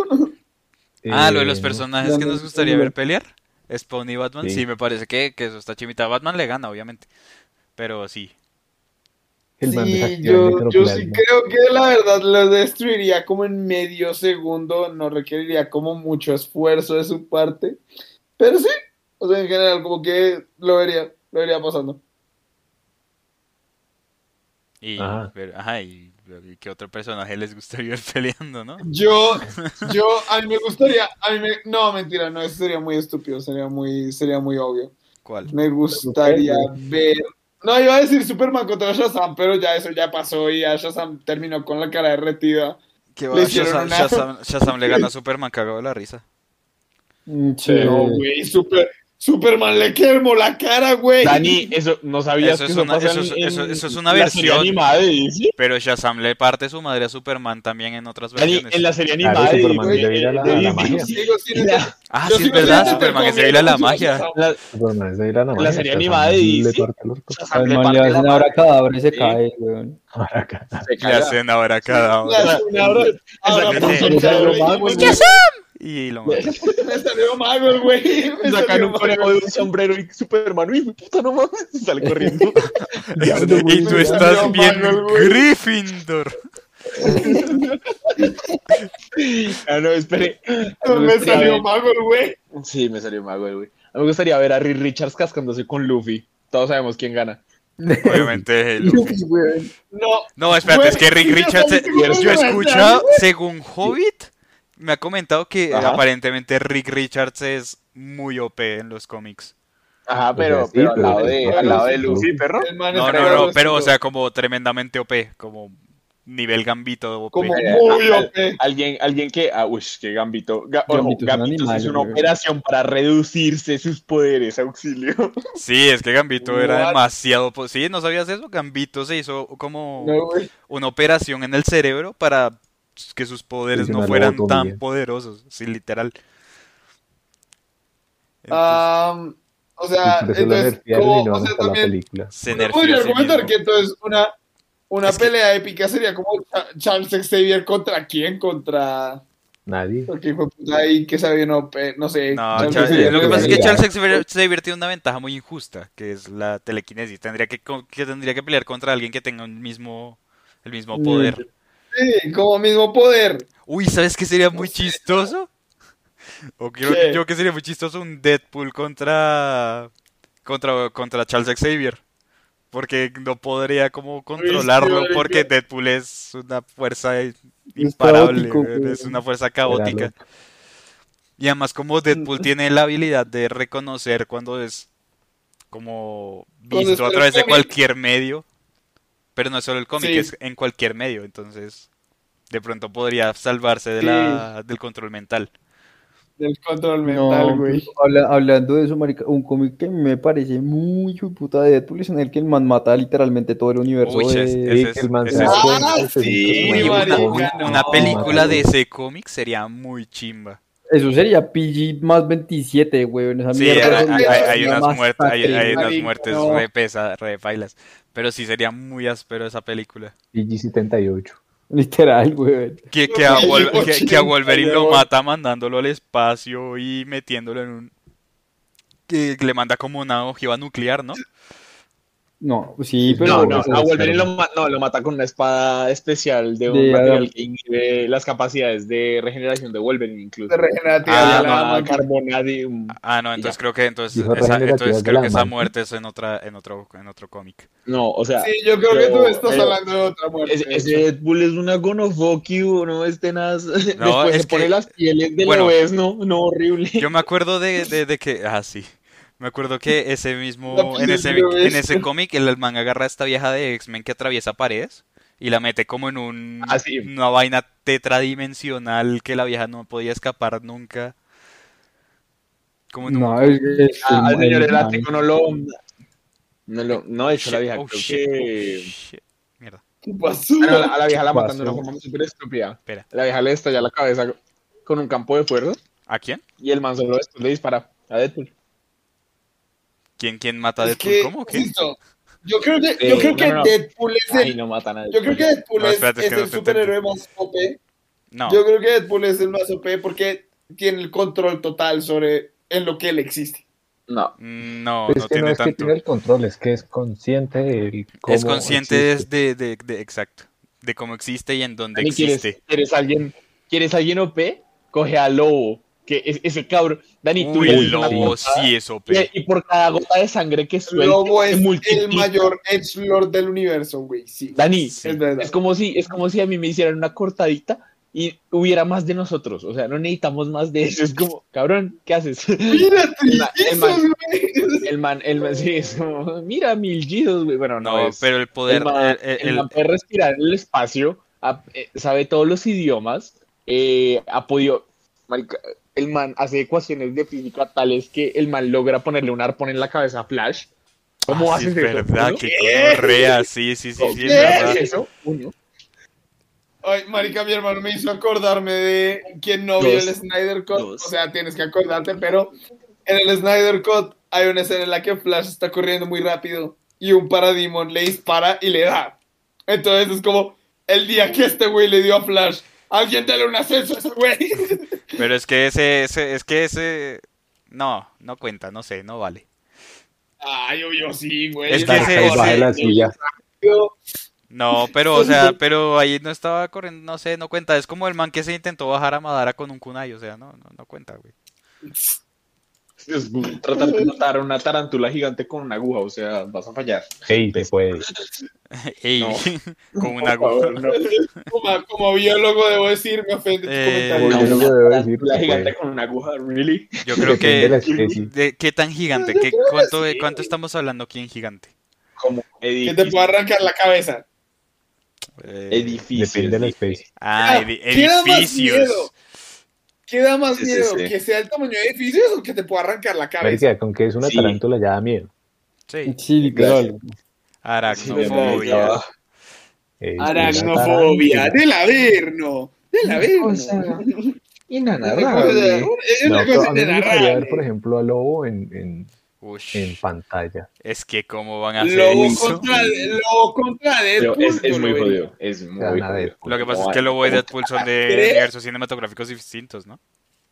Speaker 3: Ah, lo de
Speaker 5: Eh,
Speaker 3: los
Speaker 5: no.
Speaker 3: personajes
Speaker 2: no,
Speaker 3: que
Speaker 2: no,
Speaker 3: nos
Speaker 2: no,
Speaker 3: gustaría
Speaker 2: no.
Speaker 3: ver pelear. Spawn y Batman. Sí,
Speaker 5: Sí.
Speaker 3: me parece que, que eso está chimita. Batman le gana, obviamente. Pero sí.
Speaker 5: El man
Speaker 2: Sí,
Speaker 5: desactiva el
Speaker 2: yo, yo sí
Speaker 5: necroplasma.
Speaker 2: creo que la verdad lo destruiría como en medio segundo, no requeriría como mucho esfuerzo de su parte, pero sí, o sea, en general como que lo vería, lo vería pasando.
Speaker 3: Y,
Speaker 5: Ajá.
Speaker 3: pero- ajá, y, y qué otro personaje les gustaría ver peleando, ¿no?
Speaker 2: Yo, yo, a mí me gustaría, a mí me, no, mentira, no, eso sería muy estúpido, sería muy, sería muy obvio.
Speaker 3: ¿Cuál?
Speaker 2: Me gustaría ver, no, iba a decir Superman contra Shazam, pero ya eso ya pasó y ya Shazam terminó con la cara derretida.
Speaker 3: Que
Speaker 2: Le
Speaker 3: va,
Speaker 2: hicieron
Speaker 3: Shazam,
Speaker 2: una-
Speaker 3: Shazam- Shazam le gana a Superman, cagado de la risa.
Speaker 6: Sí.
Speaker 2: Pero, güey, Super- Superman le quemó la cara, güey.
Speaker 4: Dani, eso no sabías
Speaker 3: Eso
Speaker 4: que
Speaker 3: es
Speaker 4: eso
Speaker 3: una-
Speaker 4: pasa
Speaker 3: eso es-
Speaker 4: en- en
Speaker 3: eso- eso es una
Speaker 4: la serie
Speaker 3: versión.
Speaker 4: animada de DC.
Speaker 3: Pero Shazam le parte su madre a Superman también en otras
Speaker 4: Dani,
Speaker 3: versiones.
Speaker 4: en la serie
Speaker 5: Claro,
Speaker 4: animada de
Speaker 5: Superman
Speaker 4: DC,
Speaker 5: le vira la-
Speaker 4: de
Speaker 5: la
Speaker 4: DC,
Speaker 5: magia.
Speaker 2: Sigo sin
Speaker 4: la-
Speaker 2: entender-
Speaker 3: Ah,
Speaker 2: yo
Speaker 3: sí, es
Speaker 2: sigo
Speaker 3: verdad,
Speaker 2: sin
Speaker 3: Superman que se
Speaker 2: entender
Speaker 3: baila la
Speaker 2: cómo
Speaker 3: magia.
Speaker 2: Shazam-
Speaker 4: la-
Speaker 5: Superman es de ir a la
Speaker 4: la
Speaker 5: magia,
Speaker 4: serie
Speaker 5: Shazam
Speaker 4: animada de
Speaker 5: le
Speaker 4: DC.
Speaker 5: parte el orto.
Speaker 4: Shazam
Speaker 6: Al
Speaker 4: le
Speaker 6: man
Speaker 4: parte
Speaker 6: le
Speaker 4: la
Speaker 6: hacen ahora
Speaker 4: madre,
Speaker 6: cadáver y se
Speaker 4: Sí.
Speaker 6: cae, weón.
Speaker 5: Ahora acá.
Speaker 4: se
Speaker 3: Le
Speaker 4: caga.
Speaker 3: hacen ahora cada
Speaker 2: La-
Speaker 3: hora.
Speaker 2: ahora- ahora
Speaker 4: que
Speaker 2: me
Speaker 4: se-
Speaker 2: salió
Speaker 4: se lo
Speaker 2: mago,
Speaker 4: mago,
Speaker 2: güey.
Speaker 4: güey.
Speaker 3: Y lo mata.
Speaker 2: Me salió mago, güey. Me
Speaker 4: Sacan
Speaker 2: salió
Speaker 4: un conejo de un sombrero y Superman, uy, puta, no mames, y sale corriendo.
Speaker 3: Y tú
Speaker 2: Me
Speaker 3: estás
Speaker 2: salió
Speaker 3: bien
Speaker 2: mago, güey.
Speaker 3: Gryffindor.
Speaker 4: ah, no, espere.
Speaker 2: mago. Me salió
Speaker 4: Sí,
Speaker 2: mago, güey.
Speaker 4: Sí, me salió mago, güey. A mí me gustaría ver a Reed Richards cascándose con Luffy. Todos sabemos quién gana.
Speaker 3: Obviamente. el-
Speaker 2: No,
Speaker 3: No, espérate,
Speaker 2: Güey,
Speaker 3: es que Rick
Speaker 2: yo
Speaker 3: Richards.
Speaker 2: también tengo
Speaker 3: Yo he
Speaker 2: ganas de
Speaker 3: escuchado,
Speaker 2: hablar,
Speaker 3: según Hobbit, me ha comentado que eh,
Speaker 4: Ajá.
Speaker 3: aparentemente Rick Richards es muy OP en los cómics.
Speaker 4: Ajá, pero,
Speaker 5: sí,
Speaker 4: pero al
Speaker 5: pero-
Speaker 4: lado de, al lado de Luffy, perro.
Speaker 2: el man
Speaker 3: No,
Speaker 2: Ah, es
Speaker 3: no,
Speaker 2: raro,
Speaker 3: no, pero o
Speaker 2: es
Speaker 3: sea, como tremendamente OP, como nivel gambito OP.
Speaker 2: como
Speaker 4: eh,
Speaker 2: muy
Speaker 3: ah,
Speaker 4: al-
Speaker 2: OP.
Speaker 4: Alguien, alguien que, ah, uy, que Gambito. Ga- ojo,
Speaker 6: Gambito es un
Speaker 4: Gambito
Speaker 6: animal,
Speaker 4: hizo una
Speaker 6: güey.
Speaker 4: operación para reducirse sus poderes, auxilio.
Speaker 3: Sí, es que Gambito era
Speaker 2: What?
Speaker 3: demasiado... po- Sí, ¿no sabías eso? Gambito se hizo como
Speaker 2: No, güey.
Speaker 3: una operación en el cerebro para que sus poderes
Speaker 5: Hizo
Speaker 3: no
Speaker 5: una
Speaker 3: fueran
Speaker 5: lobotomía.
Speaker 3: tan poderosos. Sí, literal. Entonces,
Speaker 2: Ah, o sea,
Speaker 5: Y por eso lo
Speaker 2: entonces,
Speaker 5: nerfearon y
Speaker 2: como,
Speaker 5: no
Speaker 2: o
Speaker 5: van
Speaker 2: sea,
Speaker 5: hasta la
Speaker 2: también
Speaker 5: película.
Speaker 3: se
Speaker 2: uno
Speaker 3: nerfeó
Speaker 2: podría
Speaker 3: a sí
Speaker 2: argumentar
Speaker 3: mismo.
Speaker 2: que entonces una, una
Speaker 3: Es que-
Speaker 2: pelea épica sería como Cha- Charles Xavier contra quién, contra...
Speaker 5: Nadie.
Speaker 2: Porque fue puta ahí que sabe, no, pe- no sé.
Speaker 3: No,
Speaker 2: Charles
Speaker 3: Charles-
Speaker 2: Xavier,
Speaker 3: lo que
Speaker 5: pero
Speaker 3: pasa es que
Speaker 5: ya.
Speaker 3: Charles Xavier, Xavier tiene una ventaja muy injusta, que es la telequinesis. Tendría que, co- que tendría que pelear contra alguien que tenga el mismo, el mismo poder.
Speaker 2: Sí, como mismo poder.
Speaker 3: Uy, ¿sabes qué sería muy chistoso? O creo que
Speaker 2: ¿Qué?
Speaker 3: yo que sería muy chistoso un Deadpool contra contra contra Charles Xavier, porque no podría como controlarlo
Speaker 2: marica.
Speaker 3: porque Deadpool es una fuerza i- imparable,
Speaker 6: caótico,
Speaker 3: güey,
Speaker 6: güey.
Speaker 3: es una fuerza caótica. Y además como Deadpool tiene la habilidad de reconocer cuando es como
Speaker 2: Cuando es
Speaker 3: visto a
Speaker 2: por el
Speaker 3: través de
Speaker 2: cómic.
Speaker 3: cualquier medio, pero no es solo el cómic,
Speaker 2: Sí.
Speaker 3: es en cualquier medio, entonces de pronto podría salvarse de
Speaker 2: Sí.
Speaker 3: la, del control mental.
Speaker 2: Del control
Speaker 6: No,
Speaker 2: mental, güey.
Speaker 6: habla- hablando de eso, marica, un cómic que me parece muy hijo de puta de Deadpool es en el que el man mata literalmente todo el universo
Speaker 3: Uy,
Speaker 6: de...
Speaker 3: ese-
Speaker 5: Sí,
Speaker 3: ese
Speaker 5: que
Speaker 3: es-
Speaker 5: el man
Speaker 3: ese
Speaker 5: se
Speaker 3: es
Speaker 5: da
Speaker 2: Ah,
Speaker 5: cuenta que es un
Speaker 2: sí,
Speaker 3: Uy,
Speaker 5: personaje
Speaker 3: una,
Speaker 2: marica,
Speaker 3: una-
Speaker 2: no,
Speaker 3: una película
Speaker 5: mátalo.
Speaker 3: de ese cómic sería muy chimba.
Speaker 6: Eso sería PG más 27, weón. Esa
Speaker 3: Sí, hay,
Speaker 6: mierda
Speaker 2: pero
Speaker 3: hay-
Speaker 6: sería
Speaker 3: hay- hay
Speaker 6: una
Speaker 3: unas muertes, hay,
Speaker 6: masacre,
Speaker 3: hay unas
Speaker 2: marica,
Speaker 3: muertes
Speaker 2: no.
Speaker 3: re pesadas, re bailas. Pero sí sería muy áspero esa película.
Speaker 5: PG-78.
Speaker 6: Literal, weón.
Speaker 3: Que, que, a,
Speaker 2: Ay,
Speaker 3: Wol-
Speaker 2: qué
Speaker 3: que- que a
Speaker 2: cochino,
Speaker 3: Wolverine lo
Speaker 2: weón.
Speaker 3: mata mandándolo al espacio y metiéndolo en un... Que le manda como una ojiva nuclear, ¿no?
Speaker 6: No, sí,
Speaker 4: No,
Speaker 6: pero.
Speaker 4: no,
Speaker 6: pues,
Speaker 4: a
Speaker 6: es-
Speaker 4: Wolverine lo, ma- no, lo mata con una espada especial de un
Speaker 6: De
Speaker 4: material
Speaker 6: Adam.
Speaker 4: que inhibe las capacidades de regeneración de Wolverine, incluso.
Speaker 2: De regenerativa
Speaker 3: Ah,
Speaker 2: ya la
Speaker 4: Llama
Speaker 2: aman.
Speaker 4: carbonadium.
Speaker 3: Ah, no, entonces
Speaker 4: ya.
Speaker 3: creo que entonces, esa,
Speaker 5: Dijo regenerativa
Speaker 3: entonces
Speaker 5: de
Speaker 3: creo que
Speaker 5: la
Speaker 3: esa
Speaker 5: mano.
Speaker 3: muerte es en otra, en otro, en otro cómic.
Speaker 4: No, o sea,
Speaker 2: Sí, yo creo que
Speaker 4: yo-
Speaker 2: tú estás
Speaker 4: eh,
Speaker 2: hablando de otra muerte.
Speaker 4: ese, ese Deadpool es una gonofokiu, no es tenaz. Después
Speaker 3: es
Speaker 4: se pone
Speaker 3: que-
Speaker 4: las pieles de
Speaker 3: bueno.
Speaker 4: lo ves, no, no, horrible.
Speaker 3: Yo me acuerdo de, de- de que. Ah, sí. Me acuerdo que ese
Speaker 2: La
Speaker 3: mismo.
Speaker 2: piel
Speaker 3: En ese,
Speaker 2: del bebé.
Speaker 3: en ese cómic, el el manga agarra a esta vieja de X-Men que atraviesa paredes y la mete como en un,
Speaker 4: Ah, sí.
Speaker 3: una vaina tetradimensional que la vieja no podía escapar nunca. Como en un-
Speaker 6: No, es, es-
Speaker 4: Ah, al
Speaker 6: el-
Speaker 4: señor
Speaker 6: el-
Speaker 4: elástico no lo. No lo. No, de hecho, la
Speaker 3: Shit,
Speaker 4: vieja
Speaker 3: oh,
Speaker 4: creo
Speaker 3: shit,
Speaker 4: que.
Speaker 3: oh, shit. Mierda.
Speaker 2: ¿Qué pasó?
Speaker 4: Ah, no, a la- a la vieja la matan de una
Speaker 5: Pasó.
Speaker 4: forma súper estúpida.
Speaker 3: Espera.
Speaker 4: La vieja le estalla la cabeza con un campo de fuerza
Speaker 3: ¿A quién?
Speaker 4: y el man solo después le dispara a Deadpool.
Speaker 3: ¿Quién, quién mata a
Speaker 2: Es
Speaker 3: Deadpool?
Speaker 2: que,
Speaker 3: ¿Cómo? o qué?
Speaker 2: insisto, Yo creo que, yo
Speaker 4: Eh,
Speaker 2: creo que
Speaker 4: no, no, no.
Speaker 2: Deadpool es
Speaker 4: Ay,
Speaker 2: el,
Speaker 4: no matan a Deadpool.
Speaker 2: yo creo que Deadpool
Speaker 3: No,
Speaker 2: es,
Speaker 3: espérate, es
Speaker 2: es
Speaker 3: que no
Speaker 2: el
Speaker 3: te
Speaker 2: superhéroe más OP.
Speaker 3: No.
Speaker 2: Yo creo que Deadpool es el más OP porque tiene el control total sobre en lo que él existe.
Speaker 4: No.
Speaker 3: Mm, No,
Speaker 5: Es
Speaker 3: no
Speaker 5: que no
Speaker 3: tiene
Speaker 5: es que
Speaker 3: tanto.
Speaker 5: tiene el control, es que es consciente de cómo
Speaker 3: Es consciente
Speaker 5: existe.
Speaker 3: es de, de, de- exacto, de cómo existe y en dónde
Speaker 4: Dani, ¿quieres,
Speaker 3: existe.
Speaker 4: ¿Quieres alguien? ¿Quieres alguien OP? Coge a Lobo. Que es, ese cabrón. Dani, tú
Speaker 3: Uy,
Speaker 4: le
Speaker 3: el
Speaker 4: das una
Speaker 3: lobo
Speaker 4: patada
Speaker 3: sí es OP.
Speaker 4: Y, y por cada gota de sangre que suelta,
Speaker 2: Lobo
Speaker 4: se
Speaker 2: es
Speaker 4: multiplica.
Speaker 2: el mayor edgelord del universo, güey. Sí.
Speaker 4: Dani,
Speaker 3: Sí.
Speaker 2: Es verdad.
Speaker 4: es como si, es como si a mí me hicieran una cortadita y hubiera más de nosotros. O sea, no necesitamos más de eso. Es como, cabrón, ¿qué haces?
Speaker 2: Mira,
Speaker 4: ma- el ma-
Speaker 2: trillizos, güey.
Speaker 4: El man, el man, sí, es como, mira, mil giros, güey. Bueno, no,
Speaker 3: No,
Speaker 4: es-
Speaker 3: pero el
Speaker 4: el
Speaker 3: poder,
Speaker 4: man,
Speaker 3: el- el-
Speaker 4: el man puede respirar en el espacio, a- eh, sabe todos los idiomas, eh, ha podido. marica, El man hace ecuaciones de física tales que el man logra ponerle un arpón en la cabeza a Flash. ¿Cómo
Speaker 3: Ah, sí,
Speaker 4: haces
Speaker 3: es
Speaker 4: eso?
Speaker 3: verdad,
Speaker 4: uno?
Speaker 3: que gonorrea, sí, sí, sí, sí, es
Speaker 4: ¿Cómo
Speaker 3: verdad.
Speaker 4: haces eso? Uno.
Speaker 2: Ay, marica, mi hermano me hizo acordarme de quien no
Speaker 4: Dos.
Speaker 2: vio el Snyder Cut.
Speaker 4: Dos.
Speaker 2: O sea, tienes que acordarte, pero en el Snyder Cut hay una escena en la que Flash está corriendo muy rápido y un parademon le dispara y le da. Entonces es como el día que este güey le dio a Flash. Alguien dale un ascenso a ese güey.
Speaker 3: Pero es que ese, ese- es que ese, no, no cuenta, no sé, no vale.
Speaker 2: Ay, obvio, sí, güey.
Speaker 3: Es que
Speaker 5: Claro,
Speaker 3: ese-
Speaker 5: baja de la silla.
Speaker 3: No, pero, o sea, pero ahí no estaba corriendo, no sé, no cuenta. Es como el man que se intentó bajar a Madara con un kunai, o sea, no, no, no cuenta, güey.
Speaker 4: Es tratar de matar a una tarántula gigante con una aguja, o sea, vas a fallar.
Speaker 5: Ey,
Speaker 4: Pues,
Speaker 5: se puede.
Speaker 3: Ey,
Speaker 4: No.
Speaker 3: con una
Speaker 4: Por
Speaker 3: aguja.
Speaker 4: favor, no.
Speaker 2: Como, como biólogo debo decir, me ofende tu
Speaker 3: Eh,
Speaker 2: comentario.
Speaker 5: pues, Yo no me debo decir
Speaker 4: Tarántula
Speaker 5: que
Speaker 4: gigante
Speaker 5: puede.
Speaker 4: con una aguja, ¿really?
Speaker 3: Yo creo
Speaker 5: Depende de la
Speaker 3: que,
Speaker 5: especie.
Speaker 3: de, ¿qué tan gigante? ¿Qué, cuánto, cuánto estamos hablando aquí en gigante?
Speaker 4: Como
Speaker 2: Que te pueda arrancar la cabeza.
Speaker 3: Eh,
Speaker 4: edificios.
Speaker 5: Depende de la especie.
Speaker 3: Ah, edi-
Speaker 2: ¿Qué da más miedo?
Speaker 3: edificios.
Speaker 2: ¿Qué da más
Speaker 4: Sí, sí,
Speaker 2: miedo?
Speaker 4: sí.
Speaker 2: ¿Que sea el tamaño de edificios o que te pueda arrancar la cabeza?
Speaker 5: Marica, con que es una
Speaker 4: Sí.
Speaker 5: tarántula ya da miedo.
Speaker 3: Sí,
Speaker 6: Sí, literal.
Speaker 3: aracnofobia.
Speaker 5: Ey, una
Speaker 2: Aracnofobia,
Speaker 5: tarántula.
Speaker 2: del averno, del averno.
Speaker 4: Inanarrable.
Speaker 2: Es
Speaker 5: No,
Speaker 2: una
Speaker 5: pero
Speaker 2: cosa
Speaker 5: a mí me gustaría ver, por
Speaker 2: inenarrable.
Speaker 5: ejemplo, a Lobo en, en,
Speaker 3: Ush,
Speaker 5: en pantalla.
Speaker 3: es que cómo van a hacer
Speaker 2: Lobo
Speaker 3: eso.
Speaker 2: contra, lobo contra
Speaker 4: Pero
Speaker 2: Deadpool.
Speaker 4: es, es muy
Speaker 2: güey.
Speaker 4: jodido. Es muy
Speaker 5: Gana
Speaker 4: jodido.
Speaker 5: Deadpool.
Speaker 3: Lo que pasa es que Lobo y Deadpool son de
Speaker 2: ¿Crees?
Speaker 3: universos cinematográficos distintos, ¿no?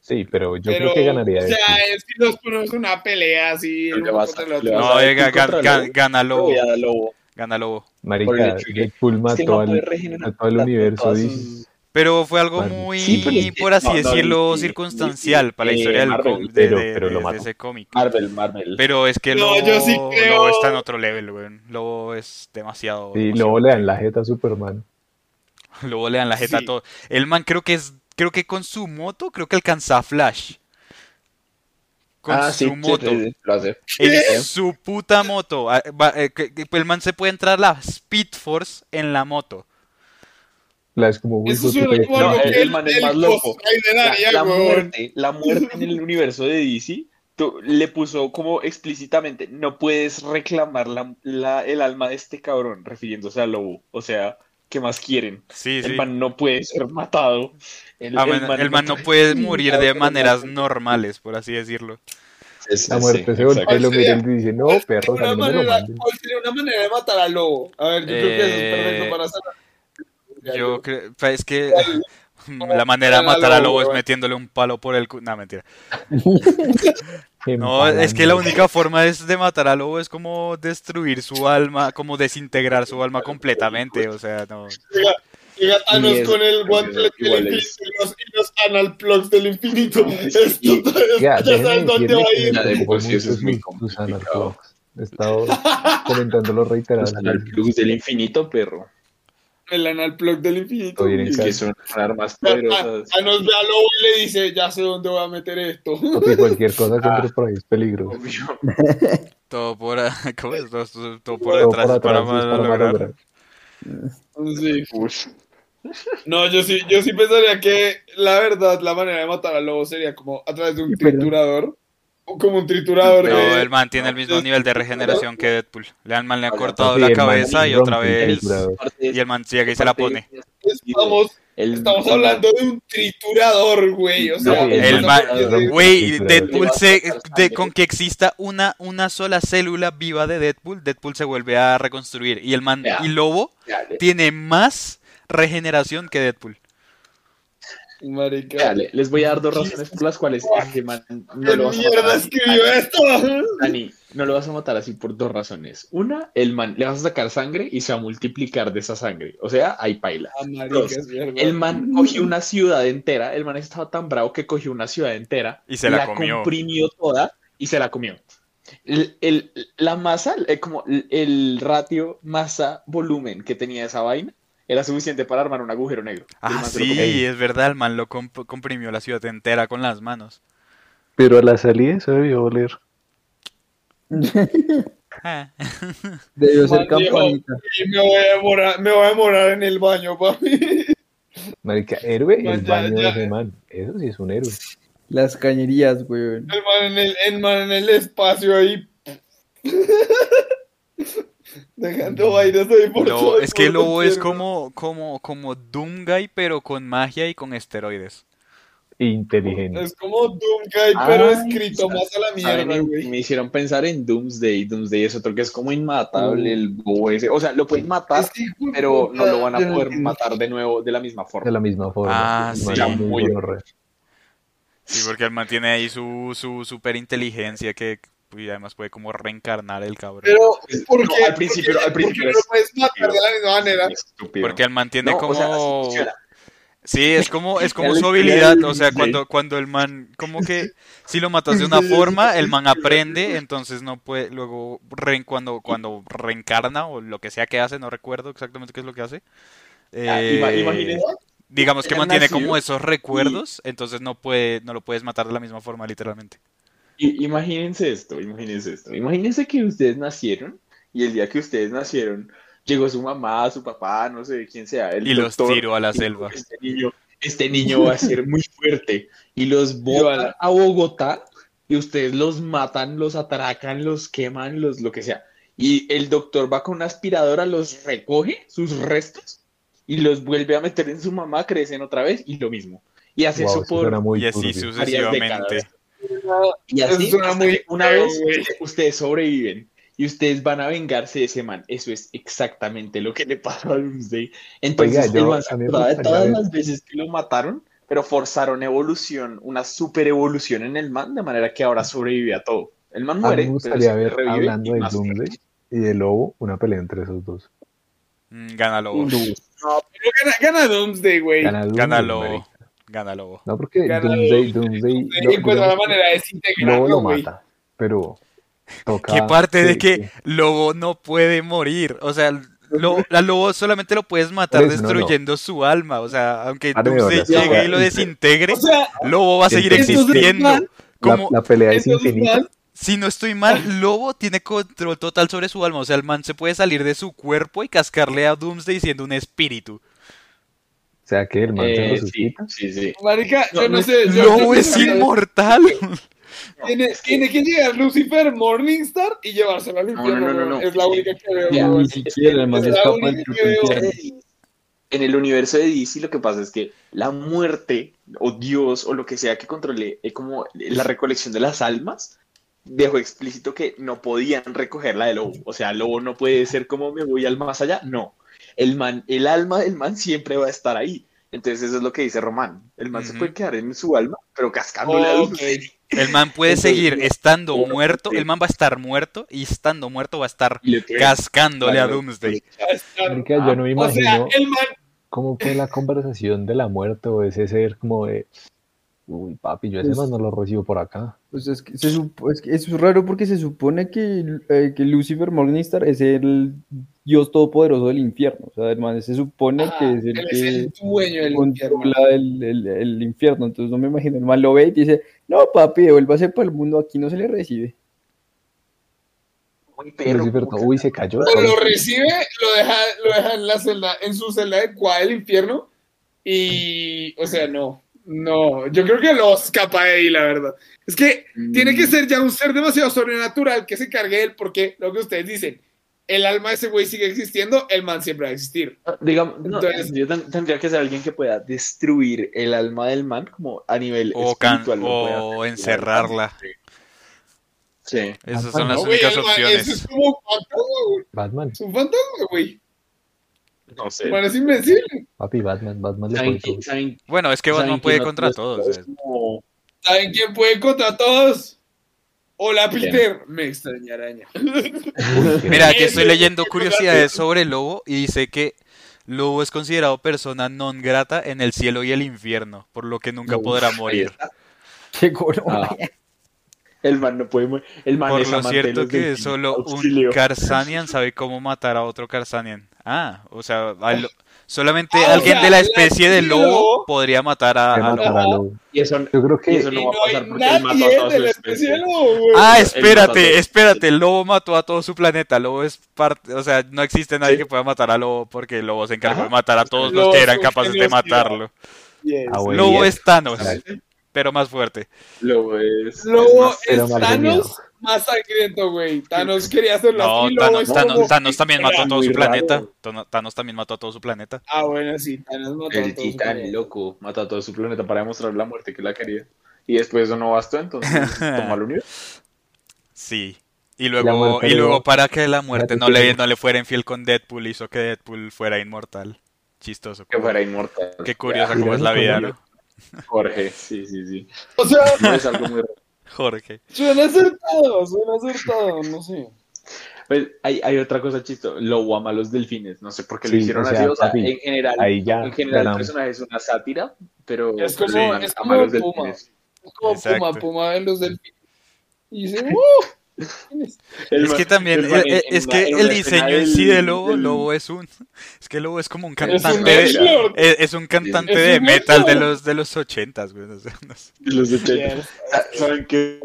Speaker 5: Sí, pero yo
Speaker 2: Pero,
Speaker 5: creo que ganaría
Speaker 2: O sea,
Speaker 5: Deadpool.
Speaker 2: es que los ponemos en una pelea así.
Speaker 4: Lo que
Speaker 2: el uno
Speaker 4: pasa-
Speaker 2: contra el
Speaker 4: lo que
Speaker 2: otro.
Speaker 4: pasa-
Speaker 3: No,
Speaker 4: Deadpool
Speaker 3: eh, ga- ga-
Speaker 4: contra
Speaker 3: ga-
Speaker 4: Lobo.
Speaker 3: gana Lobo,
Speaker 4: Voy a dar lobo.
Speaker 3: gana Lobo.
Speaker 4: por el
Speaker 5: Marica,
Speaker 4: hecho de que-
Speaker 5: Deadpool
Speaker 4: Es que
Speaker 5: mató
Speaker 4: no puede
Speaker 5: al,
Speaker 4: regenerar
Speaker 5: a todo el
Speaker 4: tanto
Speaker 5: universo.
Speaker 4: todas
Speaker 5: dice.
Speaker 4: sus-
Speaker 3: Pero fue algo
Speaker 5: Bueno,
Speaker 3: muy,
Speaker 4: sí, pero es que-
Speaker 3: por así
Speaker 4: no, no,
Speaker 3: decirlo,
Speaker 4: y- y-
Speaker 3: circunstancial para la
Speaker 4: eh,
Speaker 3: historia del
Speaker 4: Marvel,
Speaker 3: cómic- de,
Speaker 5: pero-
Speaker 3: de-
Speaker 5: pero lo
Speaker 3: de
Speaker 5: mató.
Speaker 3: ese cómic.
Speaker 4: Marvel, Marvel.
Speaker 3: Pero es que
Speaker 2: No,
Speaker 3: Lobo,
Speaker 2: yo sí creo-
Speaker 3: Lobo está en otro level, güey. Lobo es demasiado.
Speaker 5: Y
Speaker 3: demasiado
Speaker 5: luego le dan la jeta a Superman.
Speaker 3: Luego le dan la jeta
Speaker 4: Sí.
Speaker 3: a todo. El man creo que es, creo que con su moto, creo que alcanza a Flash. Con
Speaker 4: ah, sí,
Speaker 3: su
Speaker 4: sí,
Speaker 3: moto.
Speaker 4: sí, sí, lo hace.
Speaker 3: En su puta moto. Ah, va- eh, que- que El man se puede entrar la Speed Force en la moto.
Speaker 5: La es como, uy,
Speaker 2: Eso
Speaker 5: hijo de
Speaker 2: suena como
Speaker 5: puta. eh,
Speaker 4: No,
Speaker 2: algo
Speaker 4: el-
Speaker 2: que
Speaker 4: el man es más loco.
Speaker 2: Poseidon
Speaker 4: La,
Speaker 2: haría,
Speaker 4: la
Speaker 2: güey.
Speaker 4: muerte, la muerte en el universo de DC tú- le puso como explícitamente, no puedes reclamar la, la- el alma de este cabrón, refiriéndose a Lobo. O sea, ¿qué más quieren?
Speaker 3: Sí,
Speaker 4: El
Speaker 3: sí.
Speaker 4: man no puede ser matado. El,
Speaker 3: Ah, man- el man no puede morir de
Speaker 4: ser
Speaker 3: maneras
Speaker 4: matado.
Speaker 3: normales, por así decirlo.
Speaker 5: La muerte se
Speaker 4: exacto.
Speaker 5: voltea y lo mira y
Speaker 2: Exacto.
Speaker 5: dice, no, perro,
Speaker 2: Una
Speaker 5: a mí no me lo
Speaker 2: manera-
Speaker 5: manden.
Speaker 2: ¿Cuál sería una manera de matar al lobo? A ver, yo creo que eso es perfecto
Speaker 3: Eh,
Speaker 2: para cerrar.
Speaker 3: Yo creo, pues, es que la manera de
Speaker 2: Matar a
Speaker 3: matar a
Speaker 2: Lobo,
Speaker 3: Lobo es
Speaker 2: güey.
Speaker 3: metiéndole un palo por el cu... No, mentira. No, es que la única forma es de matar a Lobo es como destruir su alma, como desintegrar su alma completamente. O sea, no.
Speaker 2: Llega, llega Thanos
Speaker 4: Y es-
Speaker 2: con el guante
Speaker 4: igual
Speaker 2: del infinito
Speaker 4: es.
Speaker 2: y los, y los analplugs del infinito. Es total-
Speaker 5: Ya,
Speaker 2: ya sabes dónde va a ir.
Speaker 5: ir.
Speaker 4: La de por sí, eso es muy complicado.
Speaker 5: He estado comentándolo reiteradas
Speaker 4: Usan al
Speaker 5: veces.
Speaker 4: plus del infinito, perro.
Speaker 2: El analplug del infinito.
Speaker 5: Estoy bien en
Speaker 4: Es que
Speaker 5: casa.
Speaker 4: son armas poderosas.
Speaker 2: Thanos ve a Lobo y le dice, ya sé dónde voy a meter esto.
Speaker 5: Porque cualquier cosa que entre por ahí es peligroso.
Speaker 4: Obvio.
Speaker 3: Todo por, a- ¿cómo es? Todo- todo- todo por
Speaker 5: Todo por
Speaker 3: detrás es para
Speaker 5: atrás es para
Speaker 3: malograr.
Speaker 5: malograr.
Speaker 2: Sí.
Speaker 4: Ush.
Speaker 2: No, yo sí, yo sí pensaría que la verdad, la manera de matar al lobo sería como a través de un
Speaker 6: Sí, perdón.
Speaker 2: triturador. O como un triturador.
Speaker 3: No,
Speaker 2: de-
Speaker 3: el man tiene el mismo
Speaker 2: Entonces,
Speaker 3: nivel de regeneración que Deadpool. Le han, man le han
Speaker 4: Oye,
Speaker 3: cortado
Speaker 5: Sí,
Speaker 3: la
Speaker 5: el man
Speaker 3: cabeza y
Speaker 5: rompe
Speaker 3: otra
Speaker 5: el
Speaker 3: vez.
Speaker 5: triturador.
Speaker 3: Y el man llega y se la pone.
Speaker 2: Estamos,
Speaker 4: El-
Speaker 2: estamos hablando de un triturador, güey. O sea,
Speaker 4: No, el
Speaker 2: estamos
Speaker 3: El man,
Speaker 2: hablando de-
Speaker 3: güey,
Speaker 5: triturador.
Speaker 4: Le
Speaker 3: Deadpool
Speaker 4: va a
Speaker 3: se,
Speaker 4: sacar
Speaker 3: de-
Speaker 4: sangre.
Speaker 3: con que exista una, una sola célula viva de Deadpool, Deadpool se vuelve a reconstruir. Y el man
Speaker 4: Ya.
Speaker 3: y Lobo
Speaker 4: Dale,
Speaker 3: tiene más regeneración que Deadpool.
Speaker 2: Marica.
Speaker 4: dale. Les voy a dar dos razones por las cuales este man no
Speaker 2: ¿Qué
Speaker 4: lo vas a
Speaker 2: mierda
Speaker 4: matar.
Speaker 2: escribió esto?
Speaker 4: Dani, no lo vas a matar así por dos razones. Una, el man le vas a sacar sangre y se va a multiplicar de esa sangre. O sea, ahí paila.
Speaker 2: Ah, marica,
Speaker 4: Dos,
Speaker 2: es mierda.
Speaker 4: El man cogió una ciudad entera. El man estaba tan bravo que cogió una ciudad entera.
Speaker 3: Y se la comió.
Speaker 4: comprimió toda y se la comió. El- el- la masa, eh, como el, el ratio masa-volumen que tenía esa vaina, era suficiente para armar un agujero negro. El
Speaker 3: Ah,
Speaker 4: man se lo comió.
Speaker 3: sí, es verdad, el man lo comp- comprimió la ciudad entera con las manos.
Speaker 5: Pero a la salida se debió oler.
Speaker 3: Ah.
Speaker 6: Debió ser
Speaker 2: Man, viejo.
Speaker 6: campanita.
Speaker 2: Y me voy a demorar, me voy a demorar en el baño, papi.
Speaker 5: Marica, héroe,
Speaker 2: Man,
Speaker 5: el
Speaker 2: ya,
Speaker 5: baño de
Speaker 2: ya.
Speaker 5: ese man. Eso sí es un héroe.
Speaker 6: Las cañerías, güey.
Speaker 2: El man en el, el man en el espacio ahí. Dejando vainas ahí por
Speaker 3: Lobo-
Speaker 2: todo el
Speaker 3: es que
Speaker 2: mundo,
Speaker 3: Lobo es
Speaker 2: mierda.
Speaker 3: como, como, como Doomguy, pero con magia y con esteroides.
Speaker 5: Inteligente.
Speaker 2: Es como Doomguy,
Speaker 4: Ay,
Speaker 2: pero escrito más a la
Speaker 4: ¿Saben?
Speaker 2: mierda, güey.
Speaker 4: Me hicieron pensar en Doomsday. Doomsday es otro que es como inmatable, el bobo ese. O sea, lo pueden matar,
Speaker 2: Este hijo de
Speaker 4: pero
Speaker 2: puta,
Speaker 4: no lo van a
Speaker 2: yo
Speaker 4: poder
Speaker 2: entiendo.
Speaker 4: matar de nuevo de la misma
Speaker 5: De
Speaker 4: forma.
Speaker 5: la misma forma.
Speaker 3: Ah,
Speaker 5: El man
Speaker 3: sí.
Speaker 5: es muy
Speaker 4: Muy-
Speaker 5: gonorrea.
Speaker 3: Sí, porque el man tiene ahí su, su super inteligencia que y además puede como reencarnar el cabrón.
Speaker 2: Pero,
Speaker 4: Es-
Speaker 2: ¿por
Speaker 4: no,
Speaker 2: qué?
Speaker 4: al principio-
Speaker 2: ¿Por qué-
Speaker 4: al
Speaker 2: por
Speaker 4: principio
Speaker 2: qué
Speaker 4: es-
Speaker 2: no lo puedes matar de la misma manera.
Speaker 4: Estúpido.
Speaker 3: Porque el man tiene
Speaker 4: No,
Speaker 3: como...
Speaker 4: o sea, así funciona.
Speaker 3: Sí, es como, es como su
Speaker 4: Ya le-
Speaker 3: habilidad,
Speaker 4: ya le-
Speaker 3: o sea,
Speaker 4: sí.
Speaker 3: cuando, cuando el man, como que si lo matas de una forma, el man aprende, entonces no puede, luego re- cuando, cuando reencarna o lo que sea que hace, no recuerdo exactamente qué es lo que hace.
Speaker 4: Ah, ima-
Speaker 3: eh,
Speaker 4: imagínense
Speaker 3: digamos que
Speaker 4: que han
Speaker 3: mantiene
Speaker 4: nacido
Speaker 3: como esos recuerdos, entonces no puede, no lo puedes matar de la misma forma, literalmente.
Speaker 4: I- Imagínense esto, imagínense esto. Imagínense que ustedes nacieron y el día que ustedes nacieron llegó su mamá, su papá, no sé quién sea, el
Speaker 3: Y los
Speaker 4: doctor,
Speaker 3: tiro a la
Speaker 4: y dijo,
Speaker 3: selva.
Speaker 4: Este niño, este niño va a ser muy fuerte y los
Speaker 2: a
Speaker 4: botan
Speaker 2: la-
Speaker 4: a Bogotá y ustedes los matan, los atracan, los queman, los lo que sea. Y el doctor va con una aspiradora, los recoge, sus restos, y los vuelve a meter en su mamá, crecen otra vez y lo mismo. Y hace
Speaker 5: Wow,
Speaker 4: eso
Speaker 5: eso suena
Speaker 4: pues, por
Speaker 5: muy
Speaker 3: Y así
Speaker 5: turbio.
Speaker 4: varias
Speaker 3: sucesivamente.
Speaker 4: décadas. Y así,
Speaker 2: Eso suena
Speaker 4: hasta
Speaker 2: muy
Speaker 4: que una
Speaker 2: feo,
Speaker 4: vez
Speaker 2: güey.
Speaker 4: ustedes- ustedes sobreviven y ustedes van a vengarse de ese man. Eso es exactamente lo que le pasó a Doomsday. Entonces,
Speaker 5: Oiga, yo-
Speaker 4: el man se
Speaker 5: a mí me
Speaker 4: acordaba de
Speaker 5: gustaría
Speaker 4: todas
Speaker 5: ver-
Speaker 4: las veces que lo mataron, pero forzaron evolución, una super evolución en el man, de manera que ahora sobrevive a todo. El man
Speaker 5: A mí
Speaker 4: muere.
Speaker 5: me
Speaker 4: pero
Speaker 5: gustaría
Speaker 4: siempre
Speaker 5: ver,
Speaker 4: revive
Speaker 5: hablando
Speaker 4: pues, y
Speaker 5: de
Speaker 4: más Eh,
Speaker 5: Doomsday
Speaker 4: fuerte.
Speaker 5: y de Lobo, una pelea entre esos dos.
Speaker 3: Mm, Gana Lobo,
Speaker 2: Pero gana, gana Doomsday, güey.
Speaker 5: Gana Doomsday,
Speaker 3: gana Lobo,
Speaker 5: marica.
Speaker 3: gana Lobo.
Speaker 5: No, porque
Speaker 2: Gana
Speaker 5: Doomsday, Doomsday,
Speaker 2: Doomsday
Speaker 5: lo-
Speaker 4: pues,
Speaker 2: encuentra la
Speaker 5: digamos,
Speaker 2: manera de
Speaker 5: Lobo
Speaker 2: desintegrarlo,
Speaker 5: lo
Speaker 2: güey.
Speaker 5: mata, pero toca...
Speaker 3: ¿Qué parte de
Speaker 5: que-
Speaker 3: que Lobo no puede morir? O sea, Lobo, la Lobo solamente lo puedes matar
Speaker 5: Por eso, Pues, no, no.
Speaker 3: destruyendo su alma. O sea, aunque
Speaker 5: Pare de
Speaker 3: Doomsday
Speaker 5: hablar, o sea,
Speaker 3: llegue y lo
Speaker 5: ente-
Speaker 3: desintegre,
Speaker 2: O sea,
Speaker 3: Lobo va a seguir
Speaker 5: entonces,
Speaker 3: existiendo.
Speaker 2: man,
Speaker 5: La,
Speaker 3: Como,
Speaker 5: la pelea es
Speaker 2: entonces,
Speaker 5: infinita.
Speaker 2: man,
Speaker 3: si no estoy mal, Lobo tiene control total sobre su alma. O sea, el man se puede salir de su cuerpo y cascarle a Doomsday siendo un espíritu.
Speaker 5: O sea, que el man se
Speaker 4: Eh, sí,
Speaker 5: resucita.
Speaker 4: sí, sí.
Speaker 2: Marica, yo
Speaker 4: No,
Speaker 2: no
Speaker 4: no-
Speaker 2: sé. yo- yo
Speaker 3: Lobo
Speaker 2: no
Speaker 3: es
Speaker 2: sé-
Speaker 3: inmortal.
Speaker 2: Tiene, tiene que llegar Lucifer Morningstar y llevársela al infierno.
Speaker 4: no, no, no,
Speaker 2: weón.
Speaker 4: no.
Speaker 2: Es la única que veo,
Speaker 4: Ya,
Speaker 2: weón.
Speaker 6: Ni siquiera, además
Speaker 2: es
Speaker 6: es
Speaker 2: la
Speaker 6: capaz
Speaker 2: única
Speaker 6: de
Speaker 2: que veo.
Speaker 6: potenciar.
Speaker 4: En el universo de DC lo que pasa es que la muerte o Dios o lo que sea que controle eh, como la recolección de las almas dejó explícito que no podían recogerla de Lobo. O sea, Lobo no puede ser como me voy al más allá. No. El man, el alma del man siempre va a estar ahí. Entonces eso es lo que dice Román. El man se
Speaker 3: Ujú.
Speaker 4: puede quedar en su alma, pero cascándole a
Speaker 2: Ok.
Speaker 4: Doomsday.
Speaker 3: El man puede
Speaker 4: Entonces,
Speaker 3: seguir
Speaker 2: eh,
Speaker 4: no,
Speaker 3: estando
Speaker 4: no,
Speaker 3: muerto,
Speaker 4: sí.
Speaker 3: el man va a estar muerto y estando muerto va a estar
Speaker 4: Y le
Speaker 2: Eh,
Speaker 4: puede-
Speaker 3: cascándole a
Speaker 4: Claro,
Speaker 3: Doomsday.
Speaker 5: Marica, yo no
Speaker 4: Ah,
Speaker 5: me
Speaker 2: O sea,
Speaker 5: imagino
Speaker 2: el man
Speaker 5: cómo fue la conversación de la muerte o ese ser como de, uy, papi, yo a ese
Speaker 6: Pues-
Speaker 5: más no lo recibo por acá.
Speaker 6: Pues es, que se supo- es, que es raro porque se supone que, eh, que Lucifer Morningstar es el dios todopoderoso del infierno. O sea, hermano, se supone
Speaker 2: ah,
Speaker 6: que es
Speaker 2: él
Speaker 6: el
Speaker 2: es
Speaker 6: que
Speaker 2: el dueño del infierno.
Speaker 6: controla el, el- el infierno. Entonces no me imagino, el man lo ve y dice, no, papi, devuélvase para el mundo, aquí no se le recibe.
Speaker 4: Uy,
Speaker 5: Pero,
Speaker 4: perro, puta.
Speaker 5: uy, se cayó.
Speaker 2: O lo recibe, lo deja, lo deja en la celda, en su celda adecuada del infierno. Y, o sea, no, no, yo creo que lo escapa de ahí, la verdad. Es que tiene
Speaker 4: Mm.
Speaker 2: que ser ya un ser demasiado sobrenatural que se cargue de él, porque lo que ustedes dicen, el alma de ese güey sigue existiendo, el man siempre va a existir.
Speaker 4: No, Digamos, no,
Speaker 2: Entonces-
Speaker 4: yo ten- tendría que ser alguien que pueda destruir el alma del man como a nivel
Speaker 3: O, can-
Speaker 4: espiritual. lo pueda
Speaker 3: o
Speaker 4: destruir.
Speaker 3: encerrarla.
Speaker 4: Sí.
Speaker 3: Esas
Speaker 5: Ah,
Speaker 3: son las
Speaker 2: No, güey,
Speaker 3: únicas
Speaker 2: el man- ese es
Speaker 3: opciones.
Speaker 2: como un fantasma, güey.
Speaker 5: Batman,
Speaker 2: Es un fantasma, güey.
Speaker 4: No sé.
Speaker 2: El man es invencible.
Speaker 5: papi, Batman, Batman le
Speaker 4: ¿Saben
Speaker 5: contó.
Speaker 4: quién- saben-
Speaker 3: Bueno, es que
Speaker 4: saben
Speaker 3: Batman
Speaker 4: quién
Speaker 3: puede
Speaker 4: no-
Speaker 3: contra
Speaker 4: no-
Speaker 3: todos.
Speaker 4: es
Speaker 3: eh.
Speaker 4: como-
Speaker 2: ¿Saben quién puede contra todos? Hola, Peter. Me extraña araña.
Speaker 5: Uy, qué
Speaker 3: Mira, aquí
Speaker 2: Ese
Speaker 3: estoy
Speaker 2: es
Speaker 3: leyendo
Speaker 2: el
Speaker 3: curiosidades sobre Lobo y dice que Lobo es considerado persona non grata en el cielo y el infierno, por lo que nunca
Speaker 4: Uf,
Speaker 3: podrá
Speaker 4: ahí
Speaker 3: morir.
Speaker 4: está.
Speaker 6: Qué golo.
Speaker 4: Ah. El man no puede morir. El man
Speaker 3: Por
Speaker 4: es
Speaker 3: lo
Speaker 4: amante de
Speaker 3: cierto
Speaker 4: los
Speaker 3: que
Speaker 4: delfines.
Speaker 3: solo un
Speaker 4: Auxilio.
Speaker 3: Karsanian sabe cómo matar a otro Karsanian. Ah, o sea, al- solamente
Speaker 2: Ah, o
Speaker 3: alguien
Speaker 2: sea,
Speaker 3: de la
Speaker 2: la
Speaker 3: especie de
Speaker 2: tía
Speaker 3: lobo
Speaker 2: Lobo
Speaker 3: podría matar a,
Speaker 5: Se
Speaker 3: a Lobo.
Speaker 5: matará a Lobo.
Speaker 4: Y eso,
Speaker 5: Yo creo
Speaker 4: y
Speaker 5: que
Speaker 4: eso
Speaker 2: Y
Speaker 4: no va a pasar
Speaker 2: no
Speaker 4: porque él
Speaker 2: hay
Speaker 4: mató a
Speaker 2: nadie
Speaker 4: toda
Speaker 2: de
Speaker 4: su
Speaker 2: la
Speaker 4: especie.
Speaker 2: especie del lobo, güey.
Speaker 3: Ah,
Speaker 4: él mató a
Speaker 3: espérate,
Speaker 4: todos.
Speaker 3: espérate, el lobo mató a todo su planeta, lobo es parte, o sea, no existe nadie
Speaker 4: Sí.
Speaker 3: que pueda matar a lobo porque el lobo se encargó
Speaker 4: Ajá.
Speaker 3: de matar a todos los
Speaker 2: Lobo
Speaker 3: que eran
Speaker 2: es un
Speaker 3: capaces de
Speaker 2: genio, sí,
Speaker 3: matarlo.
Speaker 2: Yes.
Speaker 5: Ah, bueno.
Speaker 3: Lobo
Speaker 5: bien.
Speaker 3: es Thanos,
Speaker 5: Dale.
Speaker 3: pero más fuerte.
Speaker 4: Lobo es. es
Speaker 2: Lobo
Speaker 4: más-
Speaker 2: es
Speaker 5: pero mal
Speaker 2: Thanos
Speaker 5: genio.
Speaker 2: más sangriento, güey. Thanos quería hacerlo
Speaker 3: No,
Speaker 2: así, Lobo
Speaker 3: Thanos,
Speaker 2: es
Speaker 3: Thanos-
Speaker 2: como-
Speaker 3: Thanos también mató a
Speaker 4: era
Speaker 3: todo
Speaker 4: muy
Speaker 3: su
Speaker 4: raro.
Speaker 3: planeta. Thanos- Thanos también mató a todo su planeta.
Speaker 2: Ah, bueno, sí, Thanos mató a
Speaker 4: El
Speaker 2: todos.
Speaker 4: titán, loco, mató a todo su planeta para demostrar la muerte que la quería. Y después eso no bastó, entonces tomó al universo.
Speaker 3: Sí. Y
Speaker 5: La
Speaker 3: luego,
Speaker 5: muerte
Speaker 3: y
Speaker 5: de-
Speaker 3: luego para que la muerte
Speaker 5: Fíjate
Speaker 3: no
Speaker 5: que
Speaker 3: le,
Speaker 5: no.
Speaker 3: no le fuera infiel con Deadpool, hizo que Deadpool fuera inmortal. Chistoso.
Speaker 4: Que
Speaker 3: como-
Speaker 4: fuera inmortal.
Speaker 3: Qué curiosa
Speaker 5: Ya,
Speaker 3: como es la vida,
Speaker 5: irónico,
Speaker 3: ¿no?
Speaker 4: Jorge, sí, sí, sí.
Speaker 2: O sea,
Speaker 4: No es algo muy raro.
Speaker 3: Jorge.
Speaker 2: suena acertado, suena acertado, no sé.
Speaker 4: Pues, hay, hay otra cosa chistosa. Lobo ama a los delfines. No sé por qué lo
Speaker 5: Sí,
Speaker 4: hicieron
Speaker 5: o sea,
Speaker 4: así. O sea,
Speaker 5: papi,
Speaker 4: en general,
Speaker 5: Ahí ya
Speaker 4: en general el
Speaker 5: ganamos.
Speaker 4: personaje es una sátira, pero
Speaker 2: Es como-
Speaker 4: pero
Speaker 2: es
Speaker 4: ama a los
Speaker 2: como Puma.
Speaker 4: delfines.
Speaker 2: Es como
Speaker 3: Exacto.
Speaker 2: Puma, Puma de los delfines. Y dice, ¡uh! ¿quién es?
Speaker 4: El
Speaker 3: es
Speaker 4: man-
Speaker 3: que también,
Speaker 4: el man
Speaker 3: eh,
Speaker 4: en-
Speaker 3: eh,
Speaker 4: en
Speaker 3: es
Speaker 4: una-
Speaker 3: que
Speaker 4: en
Speaker 3: el
Speaker 4: una escena
Speaker 3: diseño en sí de
Speaker 4: del-
Speaker 3: Lobo,
Speaker 4: del-
Speaker 3: Lobo es un, es que Lobo es como un
Speaker 2: Es un
Speaker 3: cantante de, eh,
Speaker 4: Mecha.
Speaker 2: Mecha.
Speaker 3: es, es un cantante
Speaker 2: Es un
Speaker 3: de metal
Speaker 2: Mecha.
Speaker 3: de los, de los ochentas, güey. no sé, no sé.
Speaker 4: de los ochenta.
Speaker 2: Yes.
Speaker 4: Sa- ¿Saben qué?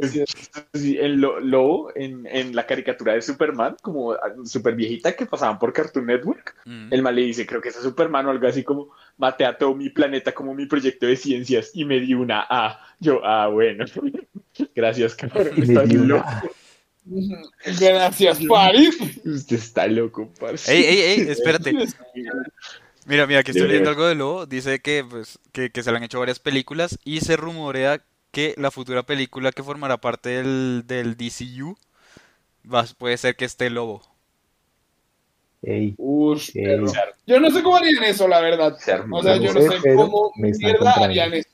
Speaker 4: Sí, en Lo- Lobo, en, en la caricatura de Superman, como ah, super viejita que pasaban por Cartoon Network,
Speaker 3: Mm.
Speaker 4: el mal le dice, creo que es a Superman o algo así como, maté a todo mi planeta como mi proyecto de ciencias y me di una A. Yo, ah, bueno. Gracias, cabrón.
Speaker 5: Me
Speaker 4: Estás
Speaker 5: di una
Speaker 4: loco.
Speaker 2: Gracias, Paris.
Speaker 4: Usted está loco, parce.
Speaker 3: Ey, ey, ey, espérate. Mira, mira, que estoy leyendo algo de Lobo. Dice que, pues, que, que se le han hecho varias películas y se rumorea que la futura película que formará parte del, del DCU va- puede ser que esté Lobo.
Speaker 5: Ey,
Speaker 2: Ush,
Speaker 5: ey,
Speaker 2: perro. Yo no sé cómo harían eso, la verdad.
Speaker 4: Se armó.
Speaker 2: O sea, yo no
Speaker 5: sé,
Speaker 2: sé
Speaker 5: pero
Speaker 2: cómo
Speaker 5: me están
Speaker 2: mierda
Speaker 5: comprando.
Speaker 2: harían eso.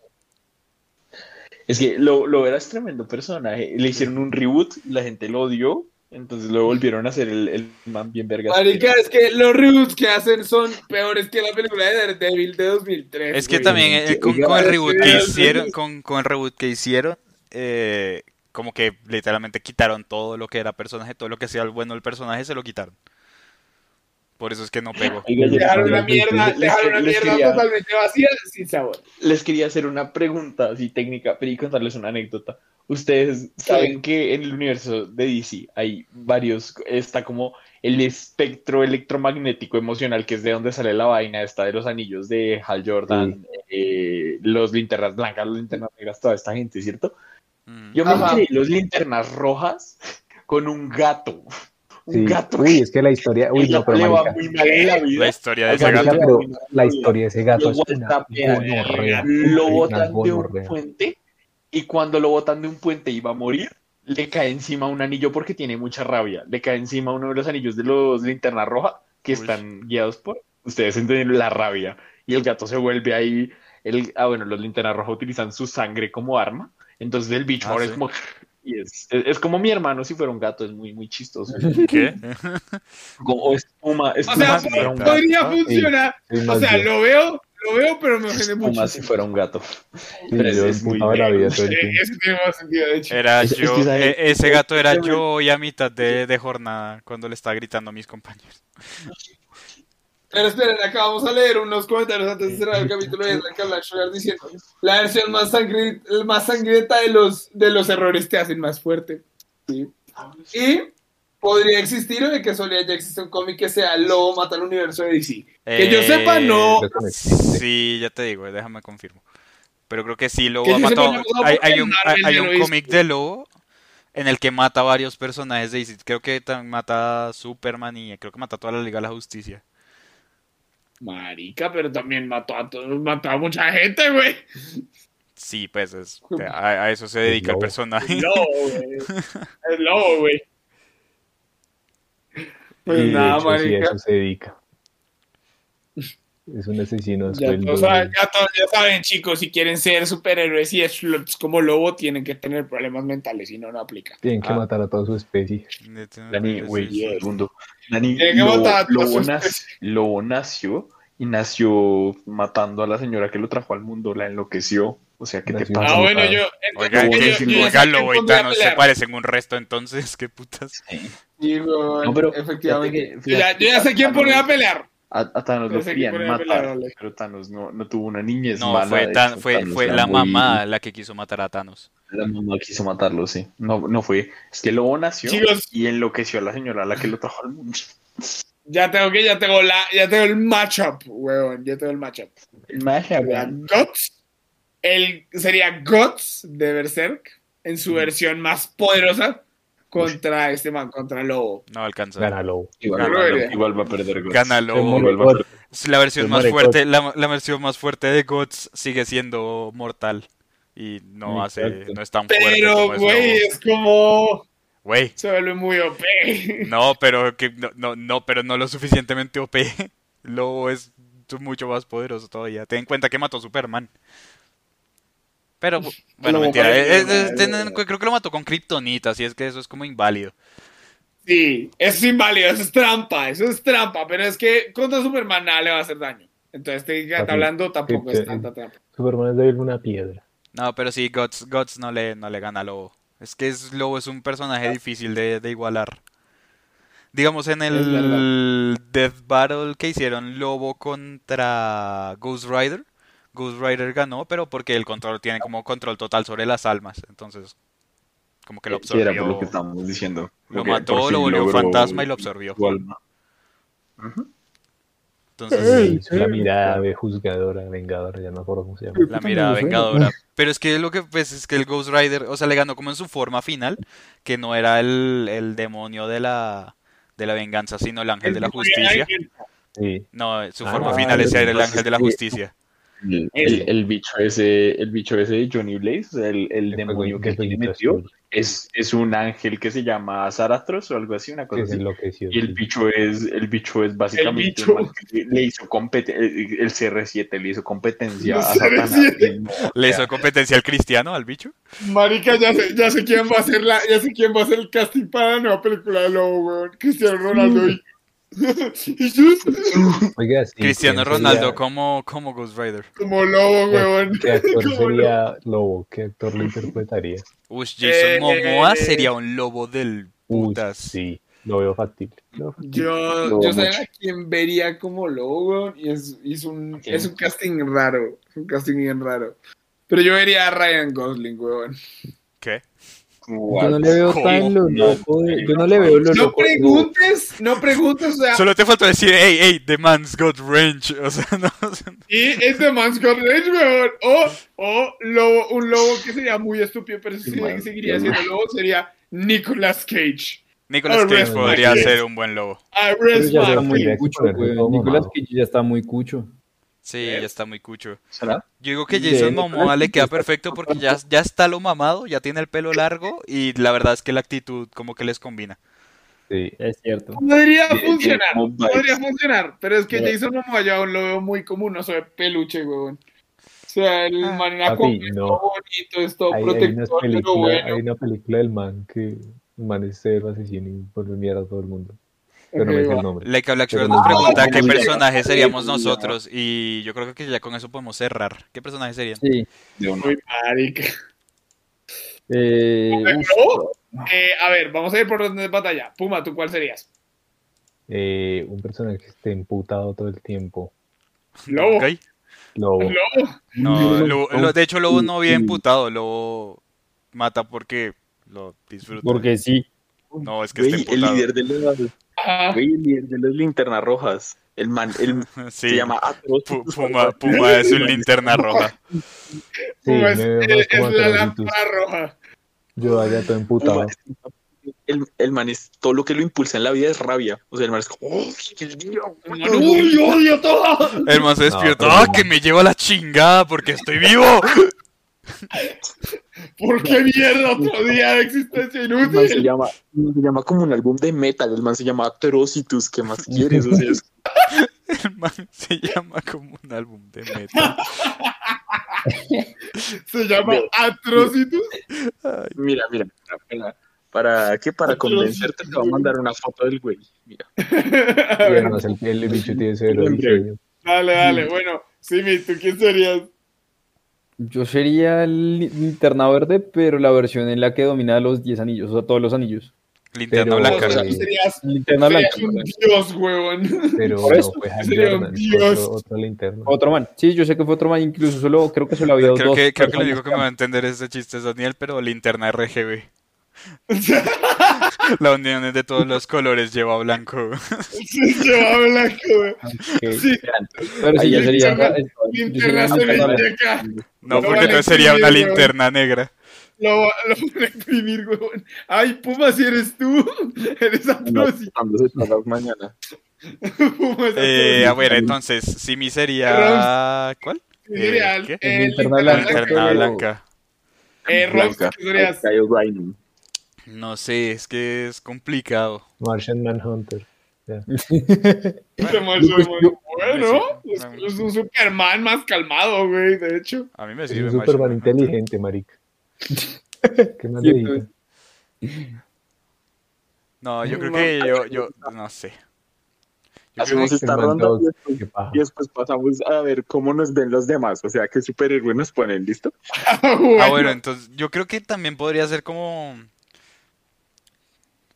Speaker 4: Es que lo, lo eras tremendo personaje. Le hicieron un reboot, la gente lo odió, entonces lo volvieron a hacer el, el man bien vergas.
Speaker 2: Marica, es que los reboots que hacen son peores que la película de Daredevil de 2003.
Speaker 3: Es que
Speaker 2: güey.
Speaker 3: también eh,
Speaker 4: que-
Speaker 3: con,
Speaker 4: oiga,
Speaker 3: con el
Speaker 2: es
Speaker 3: reboot
Speaker 2: que-
Speaker 3: que hicieron, con, con el reboot que hicieron, eh, como que literalmente quitaron todo lo que era personaje, todo lo que sea el bueno del personaje se lo quitaron. Por eso es que no pegó.
Speaker 4: Oiga, yo-
Speaker 2: Dejaron una
Speaker 5: Les- les-
Speaker 2: mierda,
Speaker 4: les-
Speaker 2: dejaron una
Speaker 4: les
Speaker 2: mierda
Speaker 4: quería-
Speaker 2: totalmente vacía, sin sabor.
Speaker 4: Les quería hacer una pregunta así técnica, pero y contarles una anécdota. Ustedes saben que en el universo de DC hay varios, está como el espectro electromagnético emocional, que es de donde sale la vaina, está de los anillos de Hal Jordan, eh, los linternas blancas, los linternas negras, toda esta gente, ¿cierto?
Speaker 3: Mm.
Speaker 4: Yo me
Speaker 2: Ajá.
Speaker 4: creí los linternas rojas con un gato. Un
Speaker 5: sí.
Speaker 4: gato.
Speaker 5: Uy, es que la historia, uy,
Speaker 4: El
Speaker 5: no,
Speaker 4: gato
Speaker 5: pero
Speaker 4: le va
Speaker 5: marica,
Speaker 4: muy mal en la vida.
Speaker 3: La historia de ese
Speaker 5: Marica,
Speaker 4: Marica,
Speaker 3: gato.
Speaker 5: pero
Speaker 4: muy mal en
Speaker 5: la
Speaker 4: la vida.
Speaker 5: historia de ese gato
Speaker 4: Lo
Speaker 5: es una
Speaker 4: guastapean,
Speaker 5: gonorrea,
Speaker 4: lo
Speaker 5: una
Speaker 4: botan de un
Speaker 5: gonorrea.
Speaker 4: puente y cuando lo botan de un puente iba a morir, le cae encima un anillo porque tiene mucha rabia. Le cae encima uno de los anillos de los linterna roja que
Speaker 3: Uy.
Speaker 4: están guiados por. Ustedes entienden la rabia. Y el gato se vuelve ahí. El, ah, bueno, los linterna roja utilizan su sangre como arma
Speaker 7: Entonces el bicho
Speaker 3: Ah,
Speaker 7: ahora
Speaker 3: sí.
Speaker 7: es como. y es, es- es como mi hermano si fuera un gato, es muy, muy chistoso.
Speaker 3: ¿Qué?
Speaker 7: Como o espuma,
Speaker 2: O sea,
Speaker 7: espuma si fuera un gato.
Speaker 2: podría
Speaker 5: Ah, sí.
Speaker 2: funcionar.
Speaker 5: Sí,
Speaker 2: O
Speaker 5: más
Speaker 2: sea,
Speaker 5: bien.
Speaker 2: lo veo, lo veo, pero me ofende mucho.
Speaker 7: Espuma si fuera un gato.
Speaker 5: Sí,
Speaker 7: pero es-
Speaker 5: yo
Speaker 7: es muy
Speaker 5: empujaba la vida
Speaker 7: negro.
Speaker 5: todo el
Speaker 2: Eh,
Speaker 5: tiempo.
Speaker 2: Eso tiene más sentido, de hecho.
Speaker 3: Era
Speaker 7: Es- es que
Speaker 3: yo,
Speaker 7: esa-
Speaker 3: e- ese gato era yo hoy a mitad de, de jornada cuando le estaba gritando a mis compañeros.
Speaker 2: Pero esperen, acá vamos a leer unos comentarios antes de cerrar el capítulo y es la que habla Schroeder diciendo la versión más, sangri- más sangrienta de los, de los errores te hacen más fuerte. Sí. Y podría existir o de que solía ya existe un cómic que sea Lobo mata al universo de DC. Que yo
Speaker 3: Eh,
Speaker 2: sepa, no.
Speaker 5: Creo que no existe.
Speaker 3: Sí, ya te digo, déjame confirmo. Pero creo que sí,
Speaker 2: Que
Speaker 3: Lobo
Speaker 2: yo sepa,
Speaker 3: ha matado.
Speaker 2: no, no,
Speaker 3: Hay,
Speaker 2: porque
Speaker 3: hay un, hay,
Speaker 2: Marvel
Speaker 3: hay
Speaker 2: ya
Speaker 3: un
Speaker 2: lo hizo.
Speaker 3: cómic de Lobo en el que mata varios personajes de DC. Creo que tan- mata a Superman y creo que mata a toda la Liga de la Justicia.
Speaker 2: Marica, pero también mató a, to- mató a mucha gente, güey.
Speaker 3: Sí, pues es- a, a eso se dedica el
Speaker 5: Lobo.
Speaker 3: personaje.
Speaker 2: Es lobo, güey. Es lobo, güey. Pues
Speaker 5: Y de
Speaker 2: nada,
Speaker 5: hecho, sí, a
Speaker 2: marica.
Speaker 5: eso se dedica. Es un asesino.
Speaker 2: Ya
Speaker 5: sueldo
Speaker 2: todos saben,
Speaker 5: y-
Speaker 2: ya todos- ya saben, chicos, si quieren ser superhéroes y es como lobo, tienen que tener problemas mentales, si no, no aplica.
Speaker 5: Tienen que
Speaker 7: Ah.
Speaker 5: matar a toda su especie.
Speaker 7: Dani, güey,
Speaker 3: Este, Sí, sí, sí.
Speaker 7: segundo. Dani,
Speaker 2: Tiene que
Speaker 7: Lobo,
Speaker 2: matar a todas
Speaker 7: Lobo
Speaker 2: sus
Speaker 7: nac-
Speaker 2: especies.
Speaker 7: Lobo nació y nació matando a la señora que lo trajo al mundo, la enloqueció. O sea, ¿qué te
Speaker 5: Nació
Speaker 7: pasa?
Speaker 2: Ah,
Speaker 5: sí,
Speaker 2: bueno,
Speaker 5: claro.
Speaker 2: yo.
Speaker 3: Oiga,
Speaker 7: Lobo
Speaker 3: que-
Speaker 7: es el-
Speaker 3: oiga,
Speaker 2: sé
Speaker 3: Lobo y
Speaker 2: quién podría
Speaker 3: Thanos se
Speaker 2: pelear.
Speaker 3: parecen un resto entonces, qué putas.
Speaker 7: Sí.
Speaker 2: Sí, güey,
Speaker 7: No, pero
Speaker 2: efectivamente.
Speaker 7: fíjate que-
Speaker 2: Yo ya, yo ya sé quién
Speaker 7: Thanos-
Speaker 2: poner a pelear.
Speaker 7: A, a Thanos
Speaker 2: Pero
Speaker 7: lo
Speaker 2: sé que
Speaker 7: querían
Speaker 2: por ahí me la
Speaker 7: matar,
Speaker 2: doble.
Speaker 7: pero Thanos no, no tuvo una niñez
Speaker 3: No,
Speaker 7: mala,
Speaker 3: fue,
Speaker 7: de
Speaker 3: Tan-
Speaker 7: hecho,
Speaker 3: fue,
Speaker 7: Thanos
Speaker 3: fue
Speaker 7: era
Speaker 3: la
Speaker 7: muy-
Speaker 3: mamá la que quiso matar a Thanos.
Speaker 7: La mamá quiso matarlo, sí. No, no fue. Es que Lobo nació
Speaker 2: Chicos.
Speaker 7: y enloqueció a la señora a la que lo trajo al mundo.
Speaker 2: Ya tengo que, ya tengo la, ya tengo el matchup, weón. Ya tengo el matchup.
Speaker 7: Magia,
Speaker 2: Sería
Speaker 7: weón.
Speaker 2: Guts. El, sería Guts de Berserk en su versión más poderosa contra este man, contra Lobo.
Speaker 3: No alcanzó.
Speaker 5: Gana Lobo.
Speaker 7: Igual,
Speaker 2: Gana,
Speaker 7: igual-
Speaker 2: Lobo.
Speaker 7: igual va a perder. Guts.
Speaker 3: Gana Lobo.
Speaker 7: Igual va a perder.
Speaker 3: Es La versión
Speaker 5: Se
Speaker 3: más
Speaker 5: muere
Speaker 3: fuerte, la, la versión más fuerte de Guts sigue siendo mortal y no hace,
Speaker 5: Exacto.
Speaker 3: no es tan fuerte como
Speaker 2: Pero,
Speaker 3: es
Speaker 2: güey,
Speaker 3: Lobo.
Speaker 2: es como.
Speaker 3: Güey,
Speaker 2: Se vuelve muy OP.
Speaker 3: no, pero que no, no, no, pero no lo suficientemente OP. Lobo es mucho más poderoso todavía. Ten en cuenta que mató a Superman. Pero bueno,
Speaker 2: Lobo
Speaker 3: mentira.
Speaker 2: parece-
Speaker 3: eh, eh, ten en cu- creo que lo mató con Kryptonita, así es que eso es como inválido.
Speaker 2: Sí, eso es inválido, eso es trampa, eso es trampa, pero es que contra Superman nada le va a hacer daño. Entonces, te
Speaker 5: Papi,
Speaker 2: hablando tampoco
Speaker 5: que-
Speaker 7: este,
Speaker 2: es tanta trampa.
Speaker 5: Superman es débil como una piedra.
Speaker 3: No, pero sí, Guts, Guts no le, no le gana a Lobo. Es que es, Lobo es un personaje difícil de, de igualar. Digamos, en el Death Battle que hicieron Lobo contra Ghost Rider, Ghost Rider ganó, pero porque el control tiene como control total sobre las almas. Entonces, como que lo
Speaker 7: Sí, era por lo
Speaker 3: absorbió.
Speaker 7: que estábamos diciendo.
Speaker 3: Lo
Speaker 7: Porque
Speaker 3: mató,
Speaker 7: por
Speaker 3: lo volvió
Speaker 7: logró
Speaker 3: fantasma y lo absorbió.
Speaker 7: su alma. Ujú.
Speaker 3: Entonces,
Speaker 5: Y su- La mirada de juzgadora, vengadora, ya no me acuerdo cómo se llama.
Speaker 3: la mirada vengadora. Pero es que lo que pues es que el Ghost Rider, o sea, le ganó como en su forma final, que no era el, el demonio de la de la venganza, sino el ángel de la justicia.
Speaker 5: Sí.
Speaker 3: No, su
Speaker 5: Ah,
Speaker 3: forma final es
Speaker 5: pero
Speaker 3: ser el
Speaker 7: entonces
Speaker 3: ángel de la
Speaker 7: sí.
Speaker 3: justicia.
Speaker 7: El, el- el bicho ese, el bicho ese de Johnny Blaze, o sea, el, el
Speaker 5: de
Speaker 7: demonio
Speaker 5: fuego-
Speaker 7: que
Speaker 5: de
Speaker 7: aquí le
Speaker 5: fueguito
Speaker 7: metió,
Speaker 5: azul,
Speaker 7: es, es un ángel que se llama Zaratros o algo así, una cosa
Speaker 5: Que se
Speaker 7: así.
Speaker 5: enloqueció.
Speaker 7: Y el
Speaker 5: sí.
Speaker 7: bicho es, el bicho es básicamente
Speaker 2: bicho.
Speaker 7: un man que le hizo competencia, el, el CR7 le hizo competencia
Speaker 2: El
Speaker 7: a Satanás.
Speaker 2: CR7.
Speaker 7: Y no,
Speaker 3: ¿Le
Speaker 7: o
Speaker 3: hizo
Speaker 7: sea,
Speaker 3: competencia al cristiano, al bicho?
Speaker 2: Marica, ya sé, ya sé quién va a hacer la, ya sé quién va a hacer el casting para la nueva película de Lobo, weón. Cristiano Ronaldo y. y yo,
Speaker 5: Oiga, sí,
Speaker 3: Cristiano
Speaker 5: ¿quién
Speaker 3: Ronaldo
Speaker 5: sería-
Speaker 3: como, como Ghost Rider.
Speaker 2: como Lobo, weón.
Speaker 5: ¿Qué actor
Speaker 2: Como Lobo.
Speaker 5: sería Lobo? ¿Qué actor lo interpretaría?
Speaker 3: Ush,
Speaker 2: Eh,
Speaker 3: Jason Momoa sería un lobo del
Speaker 5: Uy,
Speaker 3: putas.
Speaker 5: sí, lo veo factible. Lo veo factible.
Speaker 2: Yo,
Speaker 7: Lobo
Speaker 2: yo sé
Speaker 7: mucho.
Speaker 2: a quién vería como Lobo, weón, y es, y es un,
Speaker 7: Ok.
Speaker 2: es un casting raro, es un casting bien raro. Pero yo vería a Ryan Gosling, weón.
Speaker 3: ¿Qué?
Speaker 6: Yo no
Speaker 7: what?
Speaker 6: le veo
Speaker 3: ¿Cómo?
Speaker 6: tan lo
Speaker 7: No,
Speaker 6: loco. de-
Speaker 7: no,
Speaker 6: yo no le veo
Speaker 2: No
Speaker 6: lo loco. de-
Speaker 2: preguntes, no preguntes, o sea,
Speaker 3: Solo te faltó decir, hey, hey, the man's got range. O sea, no, o sea,
Speaker 2: y es de Man's God Range, weón. O, o lobo, un lobo que sería muy estúpido, pero si
Speaker 7: Man,
Speaker 2: seguiría
Speaker 7: Dios
Speaker 2: siendo lobo, sería Nicolas Cage.
Speaker 3: Nicolas
Speaker 2: Alright,
Speaker 3: Cage podría
Speaker 2: alright.
Speaker 3: ser un buen lobo.
Speaker 2: I
Speaker 6: Pero
Speaker 2: rest
Speaker 6: ya
Speaker 5: Smart,
Speaker 6: está
Speaker 2: my
Speaker 5: güey.
Speaker 2: case.
Speaker 6: muy cucho,
Speaker 5: Ponerlo
Speaker 6: güey.
Speaker 5: todo
Speaker 6: Nicolás
Speaker 5: mamado.
Speaker 6: que ya está muy cucho.
Speaker 3: Sí,
Speaker 2: ¿Ves?
Speaker 3: ya está muy cucho.
Speaker 7: ¿Será?
Speaker 3: Yo digo que
Speaker 6: De
Speaker 3: Jason
Speaker 6: Nicolas
Speaker 3: Momoa le
Speaker 6: Cage
Speaker 3: queda
Speaker 6: está
Speaker 3: perfecto porque ya, ya está lo mamado, ya tiene el pelo largo y la verdad es que la actitud como que les combina.
Speaker 5: Sí.
Speaker 6: Es cierto.
Speaker 2: Podría
Speaker 7: Tiene- tiene
Speaker 2: funcionar,
Speaker 7: como vibes.
Speaker 2: podría funcionar, pero es que
Speaker 5: Pero-
Speaker 2: Jason Momoa ya lo veo muy como un oso de peluche, weón. sea, el maníaco
Speaker 5: Papi,
Speaker 2: es
Speaker 5: no.
Speaker 2: todo bonito, es todo
Speaker 5: Hay, hay unas
Speaker 2: protector, pero
Speaker 5: película-
Speaker 2: bueno.
Speaker 5: hay una película del man que el man es cero asesino y pone mierda a todo el mundo. Pero no me
Speaker 2: Ok,
Speaker 5: sé el
Speaker 2: va.
Speaker 5: nombre.
Speaker 3: Leica Black Sugar
Speaker 5: Pero
Speaker 3: nos
Speaker 5: no,
Speaker 3: pregunta
Speaker 4: no,
Speaker 3: qué
Speaker 4: no,
Speaker 3: personaje
Speaker 4: no,
Speaker 3: seríamos
Speaker 4: no.
Speaker 3: nosotros y yo creo que ya con eso podemos cerrar. ¿Qué personaje serían?
Speaker 6: Sí.
Speaker 4: De una.
Speaker 2: Muy marica.
Speaker 6: Eh,
Speaker 2: Pero,
Speaker 6: uf,
Speaker 2: eh, a ver, vamos a ir por orden de batalla. Puma, ¿tú cuál serías?
Speaker 5: Eh, un personaje que esté emputado todo el tiempo.
Speaker 2: Lobo.
Speaker 3: ¿Ok?
Speaker 5: Lobo.
Speaker 2: Lobo.
Speaker 3: No, Lobo-
Speaker 5: no.
Speaker 3: lo- de hecho Lobo no había imputado, Lobo mata porque lo disfruta.
Speaker 6: porque sí.
Speaker 3: No, es que
Speaker 4: Güey,
Speaker 3: está
Speaker 4: el
Speaker 3: imputado.
Speaker 4: líder de los,
Speaker 2: Ah,
Speaker 4: güey, el líder de los linternas rojas. El man, el
Speaker 3: Sí.
Speaker 4: se llama
Speaker 3: Pu-
Speaker 4: Atroz.
Speaker 3: Puma, Puma es un linterna roja.
Speaker 5: Sí,
Speaker 2: Puma es,
Speaker 5: me veo más
Speaker 2: es-
Speaker 5: como
Speaker 2: es la
Speaker 5: Atrocitus.
Speaker 2: lámpara roja.
Speaker 5: Yo allá todo emputado.
Speaker 4: El, el man es todo lo que lo impulsa en la vida es rabia. O sea, el man es como, ¡oh, qué lío!
Speaker 2: El man, ¡Uy, odio todo!
Speaker 3: El man se
Speaker 5: No,
Speaker 3: despierta.
Speaker 5: pero
Speaker 3: ¡Ah,
Speaker 5: no.
Speaker 3: que me lleva la chingada porque estoy vivo!
Speaker 2: ¿Por qué mierda otro día de existencia
Speaker 4: El man se
Speaker 2: inútil?
Speaker 4: llama, el man se llama como un álbum de metal. El man se llama Atrocitus. ¿Qué más quieres? O sea, es-
Speaker 3: El man se llama como un álbum de metal.
Speaker 2: Se llama Atrocitus.
Speaker 3: Ay,
Speaker 4: mira, mira. mira, Para, para qué? Para convencerte te va a mandar una foto del güey. Mira.
Speaker 2: A
Speaker 5: Y
Speaker 2: ver,
Speaker 5: además el, el bicho tiene cero
Speaker 4: Hombre.
Speaker 5: diseño.
Speaker 2: dale, dale. Bueno, Simi, ¿tú quién serías?
Speaker 6: Yo sería el linterna verde, pero la versión en la que domina los 10 anillos, o sea, todos los anillos.
Speaker 3: Linterna
Speaker 5: Pero-
Speaker 2: O
Speaker 3: blanca.
Speaker 2: sea,
Speaker 5: sí.
Speaker 2: tú serías,
Speaker 6: Linterna blanca.
Speaker 2: serías un dios, huevón.
Speaker 5: Pero
Speaker 6: Por eso,
Speaker 5: no fue Hal
Speaker 2: ese era un
Speaker 5: Jordan, fue
Speaker 2: dios.
Speaker 5: otro, otro linterna.
Speaker 6: Otro man. Sí, yo sé que fue otro man, incluso solo creo que solo había
Speaker 3: Creo
Speaker 6: dos.
Speaker 3: que, creo que lo
Speaker 6: personas.
Speaker 3: único que me va a entender ese chiste es Daniel, pero linterna RGB. La unión es de todos los colores lleva blanco.
Speaker 2: Se lleva blanco, weón.
Speaker 5: Que-
Speaker 2: Sí,
Speaker 6: Pero sí,
Speaker 4: Ahí
Speaker 6: yo
Speaker 4: el
Speaker 6: sería.
Speaker 2: linterna-
Speaker 6: yo sería
Speaker 2: linterna se
Speaker 6: linterna blanca.
Speaker 2: acá.
Speaker 3: No,
Speaker 2: No,
Speaker 3: porque
Speaker 2: vale,
Speaker 3: entonces sería una
Speaker 2: sí, güey.
Speaker 3: linterna negra.
Speaker 2: Lo, va- lo van a imprimir, weón. Ay, Puma, si eres tú. Eres
Speaker 4: No,
Speaker 2: Atrocitus.
Speaker 4: cuando se tarda mañana.
Speaker 2: Puma es
Speaker 3: Eh,
Speaker 2: Atrocitus.
Speaker 3: a ver, entonces, Simi sería. ¿Cuál?
Speaker 2: ¿Quién sería?
Speaker 3: eh, ¿qué?
Speaker 2: El
Speaker 6: Linterna
Speaker 2: linterna
Speaker 6: blanca.
Speaker 3: Linterna
Speaker 2: blanca.
Speaker 3: blanca.
Speaker 2: Eh, Rox,
Speaker 4: Blanca,
Speaker 2: ¿quién serías?
Speaker 4: Kyle Reiner.
Speaker 3: No sé, es que es complicado.
Speaker 5: Martian Manhunter.
Speaker 2: Se muere,
Speaker 6: Pues,
Speaker 2: se
Speaker 6: yo-
Speaker 2: muere. Bueno, es, es un Superman más calmado, güey, de hecho.
Speaker 3: A mí me
Speaker 5: Es
Speaker 3: sirve
Speaker 5: un
Speaker 3: más
Speaker 5: Superman
Speaker 3: Superman.
Speaker 5: inteligente, marica. Qué mal
Speaker 6: Sí,
Speaker 5: le dije.
Speaker 6: entonces-
Speaker 3: No, yo creo que yo, yo, no sé. Yo creo
Speaker 4: Hacemos
Speaker 3: que-
Speaker 4: esta
Speaker 5: Superman
Speaker 4: ronda
Speaker 5: dos,
Speaker 4: y después-
Speaker 5: qué paja.
Speaker 4: y después pasamos a ver cómo nos ven los demás. O sea, qué superhéroe nos ponen, ¿listo?
Speaker 2: Ah, bueno.
Speaker 3: Ah, bueno, entonces yo creo que también podría ser como...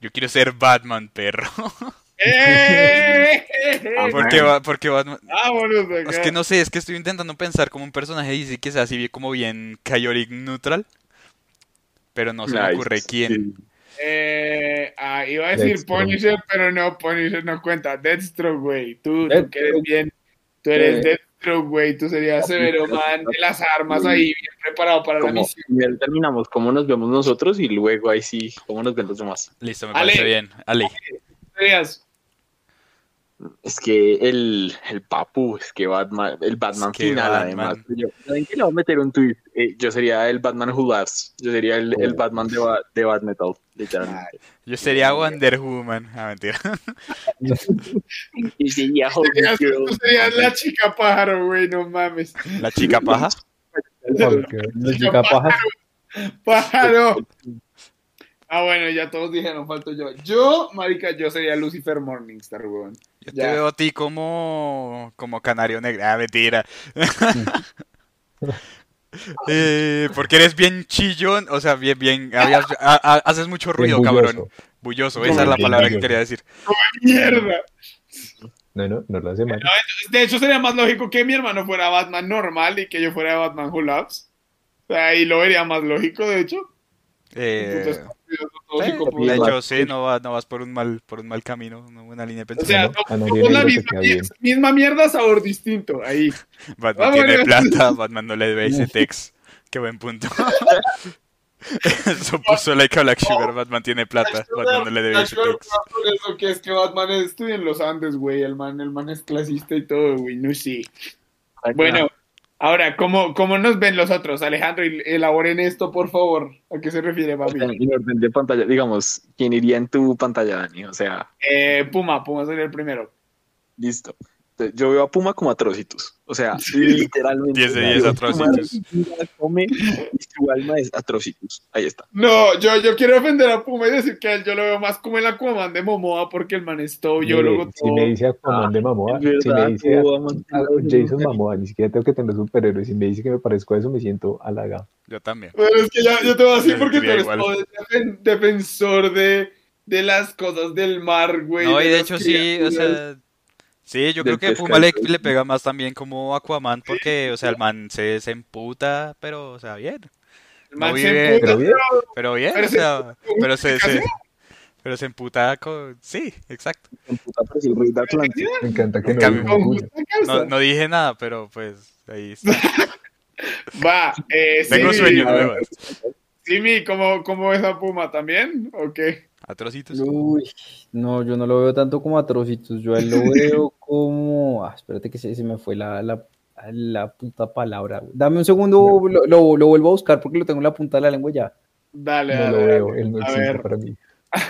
Speaker 3: Yo quiero ser Batman, perro.
Speaker 2: ¡Eh!
Speaker 3: Porque, va- porque Batman...
Speaker 2: Vámonos de acá.
Speaker 3: Ah, Es que no sé, es que estoy intentando pensar como un personaje y sí que sea así bien- como bien Kyoric neutral. Pero no se me
Speaker 4: Nice.
Speaker 3: ocurre quién.
Speaker 4: Sí.
Speaker 2: Eh, ah, iba a decir
Speaker 5: Deathstroke.
Speaker 2: Punisher, pero no, Punisher no cuenta. Deathstroke, güey. Tú, tú
Speaker 6: Deathstroke.
Speaker 2: que eres bien. Tú eres
Speaker 6: Eh.
Speaker 2: Deathstroke, güey. Tú serías Severo Man de las armas ahí, bien preparado para la
Speaker 4: Como-
Speaker 2: misión.
Speaker 4: primero terminamos cómo nos vemos nosotros y luego ahí sí, cómo nos ven los demás.
Speaker 3: Listo, me
Speaker 2: Ale.
Speaker 3: parece bien. Ale.
Speaker 2: Serías.
Speaker 4: Es que el, el papu, es que Batman, el Batman
Speaker 3: Es que
Speaker 4: final
Speaker 3: Batman.
Speaker 4: además. pues Yo, ¿saben qué? le voy a meter un tweet? Eh, yo sería el Batman Who Laughs. Yo sería el,
Speaker 3: Oh.
Speaker 4: el Batman de, Ba- de Batmetal, literalmente.
Speaker 3: Yo sería Wonder Woman. Ah, mentira.
Speaker 4: Y sería
Speaker 2: Serías-
Speaker 4: Home Girl.
Speaker 2: Tú serías la chica pájaro, güey. No mames.
Speaker 3: La chica paja.
Speaker 5: Porque-
Speaker 6: La chica paja.
Speaker 2: Pájaro. Ah, bueno, ya todos dijeron, falto yo. Yo, marica, yo sería Lucifer Morningstar, weón.
Speaker 3: Yo te
Speaker 2: Ya.
Speaker 3: veo a ti como, como canario negro. Ah, mentira. Eh, porque eres bien chillón, o sea, bien, bien, habías- ha- ha- haces mucho
Speaker 5: Bien
Speaker 3: ruido,
Speaker 5: bulloso.
Speaker 3: cabrón. Bulloso, esa es la
Speaker 5: Bien
Speaker 3: palabra que
Speaker 5: bulloso.
Speaker 3: quería decir.
Speaker 2: ¡Mierda!
Speaker 5: No, no, no lo hace mal.
Speaker 2: De hecho, sería más lógico que mi hermano fuera Batman normal y que yo fuera Batman Who Loves. O sea, ahí lo vería más lógico, de hecho.
Speaker 3: Eh,
Speaker 2: Entonces, pues, todos
Speaker 3: eh,
Speaker 2: psicópatas.
Speaker 3: de hecho, sí, no, va- no vas por un mal, por un mal camino, una buena línea de
Speaker 2: o sea,
Speaker 3: pensamiento.
Speaker 2: somos
Speaker 5: a nadie
Speaker 2: somos la
Speaker 5: negro te
Speaker 2: misma,
Speaker 5: queda bien.
Speaker 2: misma mierda, sabor distinto. Ahí.
Speaker 3: Batman
Speaker 2: vámonos.
Speaker 3: tiene plata, Batman no le debe ese tex. Qué buen punto. Eso puso like a Black Sugar, Batman tiene plata, Batman no le debe ese
Speaker 2: Por
Speaker 3: tex.
Speaker 2: eso que es que Batman estudia en los Andes, güey. El man, el man es clasista y todo, güey. No sé. Bueno, ahora, ¿cómo, cómo nos ven los otros? Alejandro, el- elaboren esto, por favor. ¿A qué se refiere,
Speaker 4: O sea,
Speaker 2: papi?
Speaker 4: en orden de pantalla, digamos, ¿quién iría en tu pantalla, Dani? O sea,
Speaker 2: Eh, Puma, Puma sería el primero.
Speaker 4: listo. Yo veo a Puma como atrocitos. O sea, literalmente.
Speaker 3: 10 de 10 atrocitos.
Speaker 4: Puma come y su alma es atrocitos. Ahí está.
Speaker 2: No, yo, yo quiero ofender a Puma y decir que a él yo lo veo más como el Aquaman de Momoa porque el man es todo biólogo.
Speaker 5: Mire, Eh, si me dice Aquaman de Mamoa,
Speaker 4: es verdad,
Speaker 5: si me dice a-
Speaker 4: Aquaman.
Speaker 5: a Jason Mamoa, ni siquiera tengo que tener superhéroes. Si me dice que me parezco a eso, me siento halagado.
Speaker 3: Yo también.
Speaker 2: Pero es que ya, yo te voy a decir
Speaker 3: Me
Speaker 2: porque tú
Speaker 3: sentiría
Speaker 2: eres
Speaker 3: igual.
Speaker 2: todo defen- defensor de, de las cosas del mar, güey.
Speaker 3: No, y de
Speaker 2: las
Speaker 3: hecho sí, o
Speaker 2: criaturas.
Speaker 3: sea, sí, yo
Speaker 4: Del
Speaker 3: creo que Puma le,
Speaker 4: pescado.
Speaker 3: le pega más también como Aquaman porque, o sea, el man se, se emputa, pero, o sea, bien,
Speaker 2: El man
Speaker 3: no
Speaker 2: se
Speaker 3: vive-
Speaker 2: emputa,
Speaker 5: Pero bien,
Speaker 3: pero bien,
Speaker 2: Pero
Speaker 3: o
Speaker 2: se-
Speaker 3: sea, pero se, se-
Speaker 2: ¿Justificación?
Speaker 3: pero se emputa con, sí, exacto.
Speaker 4: Puta, pero es el rey de Atlantis.
Speaker 5: me encanta que
Speaker 3: En
Speaker 5: no
Speaker 3: cambio-
Speaker 5: digan
Speaker 2: con
Speaker 5: cuyo.
Speaker 2: justa causa.
Speaker 3: No, no dije nada, pero pues ahí está.
Speaker 2: Va, eh,
Speaker 3: Tengo
Speaker 2: Simi,
Speaker 3: sueño,
Speaker 2: a ver,
Speaker 3: nuevo.
Speaker 2: Simi, ¿cómo, ¿cómo es a Puma también? ¿O qué?
Speaker 3: Atrocitos.
Speaker 6: Uy, no, yo no lo veo tanto como atrocitos, yo a él lo veo como... Ah, espérate que se, se me fue la, la, la puta palabra. Dame un segundo, lo, lo- lo vuelvo a buscar porque lo tengo en la punta de la lengua ya.
Speaker 2: Dale,
Speaker 5: No
Speaker 2: dale.
Speaker 5: lo
Speaker 2: dale.
Speaker 5: veo, él no
Speaker 2: A
Speaker 5: existe
Speaker 2: ver.
Speaker 5: para mí.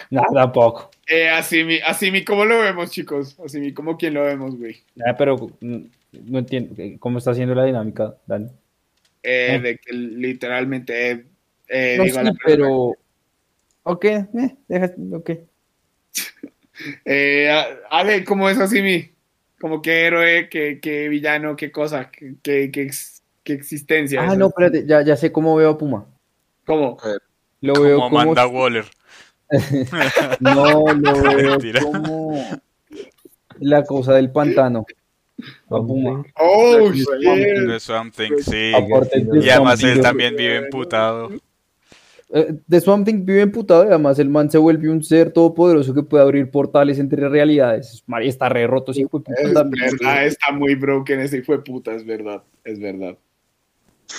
Speaker 6: No, tampoco.
Speaker 2: Eh, a Simi, a Simi, ¿cómo lo vemos, chicos? A Simi, ¿cómo quién lo vemos, güey?
Speaker 6: Ah, pero mm, no entiendo eh, cómo está haciendo la dinámica, Dani.
Speaker 2: Eh,
Speaker 6: Ah.
Speaker 2: De que literalmente eh, eh,
Speaker 6: No,
Speaker 2: digo a
Speaker 6: sí,
Speaker 2: la
Speaker 6: pero... Ok, eh, deja, ok.
Speaker 2: Eh, a- Ale, ¿cómo es a Simi? ¿Cómo qué héroe, qué, qué villano, qué cosa, qué, qué, qué ex- qué existencia?
Speaker 6: Ah,
Speaker 2: Eso.
Speaker 6: no, espérate, ya, ya sé cómo veo a Puma.
Speaker 2: ¿Cómo?
Speaker 6: Lo veo
Speaker 3: Como
Speaker 6: como...
Speaker 3: Amanda Waller.
Speaker 6: No, lo veo
Speaker 3: Mentira.
Speaker 6: como... La cosa del pantano. A Puma.
Speaker 2: Oh, shit.
Speaker 3: De Something, sí.
Speaker 6: Aparte,
Speaker 5: sí,
Speaker 6: de
Speaker 5: sí.
Speaker 3: Y además
Speaker 6: Swamp
Speaker 3: él
Speaker 6: Thing-
Speaker 3: también vive emputado.
Speaker 6: eh, de Swamp Thing vive emputado y además el man se vuelve un ser todopoderoso que puede abrir portales entre realidades. Es mar- Está re roto, sí, hijo de puta,
Speaker 2: Es
Speaker 6: también.
Speaker 2: verdad, está muy broken ese hijo de puta, es verdad, es verdad.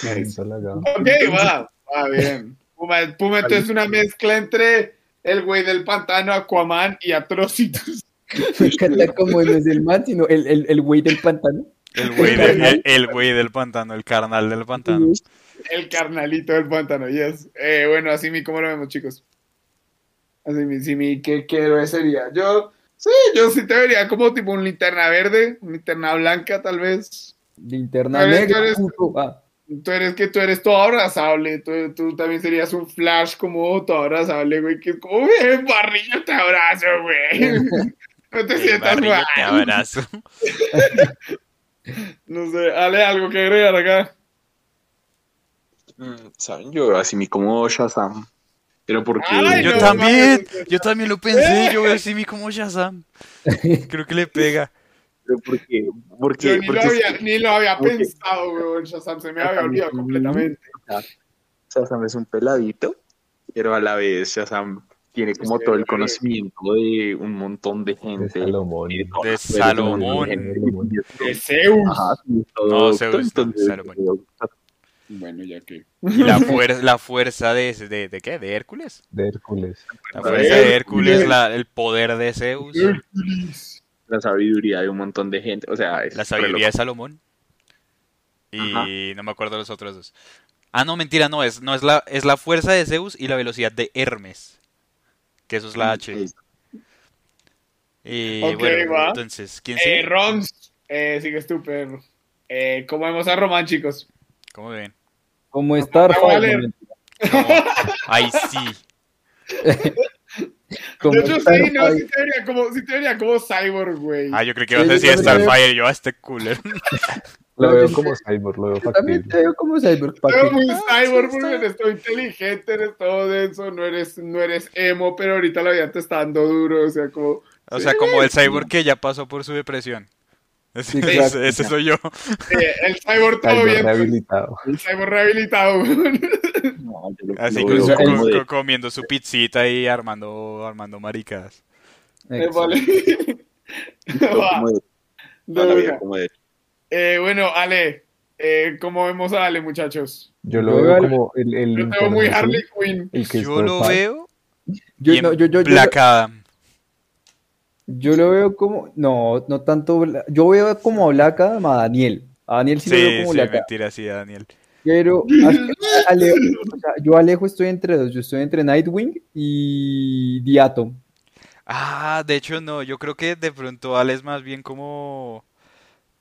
Speaker 5: Me siento halagado.
Speaker 2: Ok, va, va bien. Puma, Puma entonces es una mezcla entre el güey del pantano, Aquaman y Atrocitus.
Speaker 6: Me encanta como no es el man, sino el, el, el güey del pantano.
Speaker 3: El güey, de- el, el güey del pantano, el carnal del pantano.
Speaker 2: El carnalito del pantano, yes. Eh, bueno, así mi, ¿cómo lo vemos, chicos? Así mi, sí, mi, ¿qué, qué héroe sería? Yo, sí, yo sí te vería como tipo un linterna verde, un linterna blanca, tal vez.
Speaker 6: Linterna
Speaker 2: Pero es que
Speaker 6: negra.
Speaker 2: eres-
Speaker 6: puto. Ah,
Speaker 2: Tú eres que tú eres todo abrazable, tú, tú también serías un flash como todo abrazable, güey, que es como, "Ven, barriga, te abrazo, güey. No te
Speaker 3: El
Speaker 2: sientas
Speaker 3: barriga
Speaker 2: mal.
Speaker 3: te abrazo.
Speaker 2: No sé, Ale, algo que agregar acá.
Speaker 4: Mm, ¿Saben? Yo así mi como Shazam. Pero porque.
Speaker 2: Ay,
Speaker 3: Yo
Speaker 2: no, ¿Eh?
Speaker 3: también,
Speaker 2: mames.
Speaker 3: yo también lo pensé, yo veo a Simi como Shazam. Creo que le pega.
Speaker 4: Pero porque.
Speaker 2: Yo
Speaker 4: Porque.
Speaker 2: ni, lo
Speaker 4: porque
Speaker 2: había, ni lo había
Speaker 4: porque-
Speaker 2: pensado, güey, Shazam, se me había
Speaker 4: Shazam,
Speaker 2: olvidado
Speaker 4: mm.
Speaker 2: completamente.
Speaker 4: Shazam es un peladito. Pero a la vez Shazam tiene como
Speaker 2: Sí,
Speaker 4: todo
Speaker 2: sí.
Speaker 4: el conocimiento de un montón de
Speaker 5: De
Speaker 4: gente.
Speaker 5: Salomón.
Speaker 4: Y
Speaker 3: De
Speaker 4: todas las
Speaker 3: Salomón.
Speaker 4: personas que tienen
Speaker 2: De
Speaker 4: gente.
Speaker 2: Zeus.
Speaker 4: Ajá, sí, todo
Speaker 3: No,
Speaker 4: doctor,
Speaker 3: Zeus no,
Speaker 4: entonces,
Speaker 3: Salomón.
Speaker 2: Bueno, ya que.
Speaker 3: Y la, fuer- la fuerza de, de, ¿de qué? ¿De Hércules?
Speaker 5: De Hércules.
Speaker 3: La
Speaker 4: De
Speaker 3: fuerza de Hércules,
Speaker 2: Hércules.
Speaker 3: la- el poder de Zeus,
Speaker 4: La sabiduría de un montón de gente. O sea, es
Speaker 3: la
Speaker 4: re loco.
Speaker 3: sabiduría de Salomón. Y no me acuerdo los otros dos. Ah, no, mentira, no, es, no es, la, es la fuerza de Zeus y la velocidad de Hermes. Que eso es la H.
Speaker 4: Es-
Speaker 3: Y
Speaker 2: Ok,
Speaker 3: bueno,
Speaker 2: va.
Speaker 3: entonces, ¿quién
Speaker 2: Eh,
Speaker 3: sigue?
Speaker 2: Roms, eh, sigues tú, perro. Eh, ¿Cómo vemos a Román, chicos?
Speaker 3: ¿Cómo ven?
Speaker 6: como
Speaker 2: Ah,
Speaker 6: Starfire.
Speaker 2: voy a leer.
Speaker 6: no,
Speaker 3: ¿Cómo? Ahí sí.
Speaker 6: como
Speaker 2: Yo, yo sí, no,
Speaker 6: Starfire.
Speaker 2: sí te vería como, sí te vería como Cyborg, güey.
Speaker 3: Ah, yo creo que ibas a
Speaker 6: Sí, yo
Speaker 3: decir
Speaker 6: también veo-
Speaker 3: Starfire, yo a este cooler.
Speaker 5: Lo
Speaker 6: No,
Speaker 5: veo
Speaker 6: yo-
Speaker 5: como cyborg, lo veo
Speaker 6: Yo también te
Speaker 5: factible.
Speaker 6: veo como Cyborg
Speaker 2: Pero
Speaker 6: papi.
Speaker 2: muy cyborg,
Speaker 3: Ah, sí, está
Speaker 2: porque
Speaker 3: bien.
Speaker 2: eres todo inteligente, eres todo denso, no eres, no eres emo, pero ahorita la vida te está dando duro, o sea, como...
Speaker 3: O sea, como el cyborg que ya pasó por su depresión. Ese,
Speaker 6: Sí, claro.
Speaker 3: ese- ese soy yo.
Speaker 2: eh, el cyborg todo bien,
Speaker 5: Cyborg
Speaker 2: pues. pero
Speaker 5: rehabilitado.
Speaker 2: el cyborg rehabilitado, güey.
Speaker 4: No, yo lo-
Speaker 3: Así
Speaker 4: lo
Speaker 3: con
Speaker 4: veo
Speaker 3: su-
Speaker 4: como
Speaker 3: co-
Speaker 4: de-
Speaker 3: co- comiendo su pizzita y armando, armando maricadas.
Speaker 2: Eh,
Speaker 6: Exacto.
Speaker 2: vale.
Speaker 4: lo veo
Speaker 2: Va,
Speaker 4: como de-
Speaker 2: de
Speaker 4: toda la vida
Speaker 2: una.
Speaker 4: como de-
Speaker 2: Eh, bueno, Ale, eh, ¿cómo vemos a Ale, muchachos?
Speaker 5: Yo
Speaker 6: Yo
Speaker 5: lo
Speaker 6: veo
Speaker 5: veo
Speaker 6: al-
Speaker 5: como el. el
Speaker 2: Yo tengo muy
Speaker 5: internet,
Speaker 2: Harley Quinn.
Speaker 5: el que
Speaker 3: Yo lo
Speaker 5: estopa.
Speaker 3: veo
Speaker 6: Yo,
Speaker 3: bien
Speaker 6: no, yo, yo, yo,
Speaker 3: Black Adam.
Speaker 6: yo lo veo como, no, no tanto, Bla- yo veo como a Black Adam a Daniel. A Daniel sí,
Speaker 3: Sí,
Speaker 6: lo veo como
Speaker 3: sí,
Speaker 6: Black Adam.
Speaker 3: mentira, sí, Daniel.
Speaker 6: Pero a- a- Ale- o sea, yo Alejo estoy entre dos, yo estoy entre Nightwing y The Atom.
Speaker 3: Ah, de hecho no, yo creo que de pronto Al es más bien como...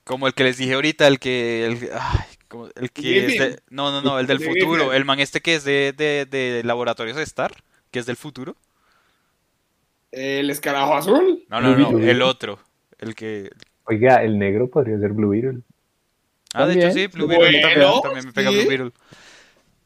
Speaker 3: Como el que les dije ahorita, el que. El, ay, como el que es de- no, no, no, el del
Speaker 2: De
Speaker 3: futuro.
Speaker 2: Griffin.
Speaker 3: El man este que es de, de, de Laboratorios Star, que es del futuro.
Speaker 2: El escarabajo azul.
Speaker 3: No, no,
Speaker 5: Blue
Speaker 3: no,
Speaker 5: Beetle. ¿eh?
Speaker 3: el otro. El que.
Speaker 5: Oiga, el negro podría ser Blue Beetle.
Speaker 3: Ah, de hecho sí,
Speaker 6: También.
Speaker 3: Blue Beetle también,
Speaker 2: Bueno,
Speaker 3: también me pega
Speaker 2: sí.
Speaker 3: Blue Beetle.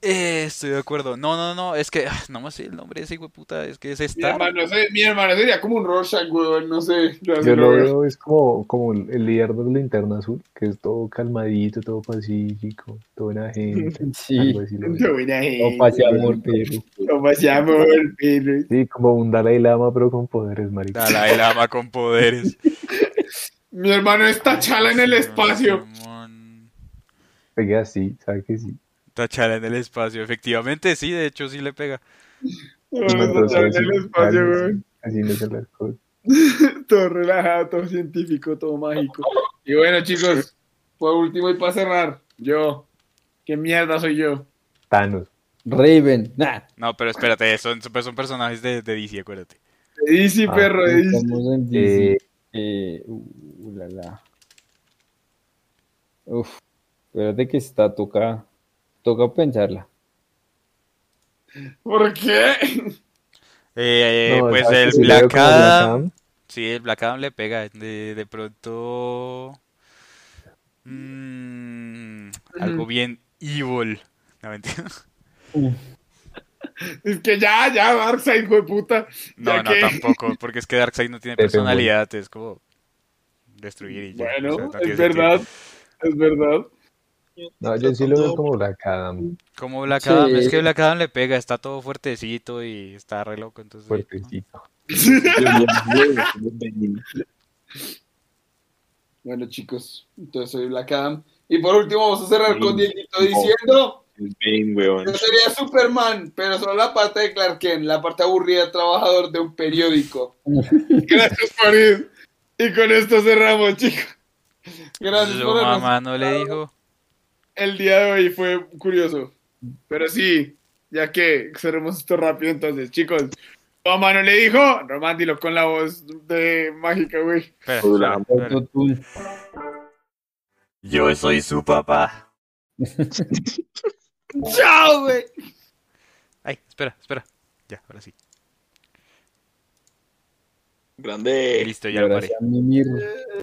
Speaker 3: Eh, estoy de acuerdo. No, no, no, es que. ah, No me sé el nombre de ese hijo de puta, es que es
Speaker 2: Mi
Speaker 3: Star.
Speaker 2: hermano, ese- mi hermano sería como un Rorschach, weón, no sé. así
Speaker 5: Yo
Speaker 2: lo
Speaker 5: lo
Speaker 2: veo.
Speaker 5: veo, es como, como el el líder del Linterna Azul, que es todo calmadito, todo pacífico, todo buena gente.
Speaker 6: Sí.
Speaker 5: algo así lo veo.
Speaker 2: Qué buena gente.
Speaker 6: No pase amor, pero.
Speaker 2: No eh. paseamos, pero-
Speaker 5: Sí, como un Dalai Lama, pero con poderes, marica.
Speaker 3: Dalai Lama con poderes.
Speaker 2: Mi hermano es Tachala en el
Speaker 3: Simón,
Speaker 2: espacio.
Speaker 3: Simón.
Speaker 5: Oiga, sí, sabe que sí.
Speaker 3: Tachala en el espacio, efectivamente, sí, de hecho sí le pega.
Speaker 2: Mi
Speaker 5: No,
Speaker 2: hermano es
Speaker 5: entonces,
Speaker 2: Tachala en el
Speaker 5: así-
Speaker 2: espacio,
Speaker 5: así-
Speaker 2: weón.
Speaker 5: Así no son las cosas.
Speaker 2: Todo relajado, todo científico, todo mágico. Y bueno, chicos, por último y para cerrar, yo. ¿Qué mierda soy yo?
Speaker 5: Thanos.
Speaker 6: Raven. Nah.
Speaker 3: No, pero espérate, son, son personajes de, de DC, acuérdate.
Speaker 2: Easy,
Speaker 5: Ah,
Speaker 2: perro, easy.
Speaker 6: Estamos en DC.
Speaker 5: Eh,
Speaker 6: Eh, uh, uh, la, la. Uf, espérate que está, toca, toca pensarla.
Speaker 2: ¿Por qué?
Speaker 3: Eh, eh,
Speaker 5: No,
Speaker 3: pues
Speaker 5: ¿sabes
Speaker 3: el
Speaker 5: que sí le veo
Speaker 3: Black
Speaker 5: como
Speaker 3: Adam.
Speaker 5: Adam?
Speaker 3: Sí, el Black Adam le pega. De, de pronto. mm, algo bien evil. No, mentira.
Speaker 2: Es que ya, ya, Darkseid, hijo de puta.
Speaker 3: No,
Speaker 2: Ya
Speaker 3: no,
Speaker 2: que-
Speaker 3: tampoco. Porque es que Darkseid no tiene
Speaker 5: Pepe Moore.
Speaker 3: personalidad. Es como destruir y ya. o sea,
Speaker 2: Bueno,
Speaker 3: no tiene
Speaker 2: es verdad.
Speaker 3: sentido.
Speaker 2: Es verdad.
Speaker 5: No, yo sí lo veo como Black Adam,
Speaker 3: Como Black
Speaker 6: Sí.
Speaker 3: Adam, es que Black Adam le pega. Está todo fuertecito y está re loco. Entonces,
Speaker 5: fuertecito.
Speaker 2: Bueno, chicos, entonces soy Black Adam. Y por último, vamos a cerrar con
Speaker 4: Mm.
Speaker 2: Dieguito
Speaker 4: No.
Speaker 2: diciendo:
Speaker 4: Es Bane, weón.
Speaker 2: Yo sería Superman, pero solo la parte de Clark Kent, la parte aburrida, trabajador de un periódico. Gracias por ir. Y con esto cerramos, chicos. Gracias
Speaker 3: Su
Speaker 2: por vernos.
Speaker 3: mamá no le dijo.
Speaker 2: El día de hoy fue curioso. Pero sí, ya que cerremos esto rápido, entonces, chicos. Tu mamá no le dijo, Román, dilo con la voz de mágica, güey.
Speaker 3: Espera,
Speaker 4: Hola.
Speaker 3: espera, espera.
Speaker 6: Autotune.
Speaker 8: Yo soy su papá.
Speaker 2: ¡Chao, güey!
Speaker 3: Ay, espera, espera. Ya, ahora sí.
Speaker 4: Grande.
Speaker 3: Listo, ya
Speaker 6: Y
Speaker 3: lo
Speaker 6: ahora
Speaker 4: Eh,
Speaker 3: paré.
Speaker 6: sí a mimir.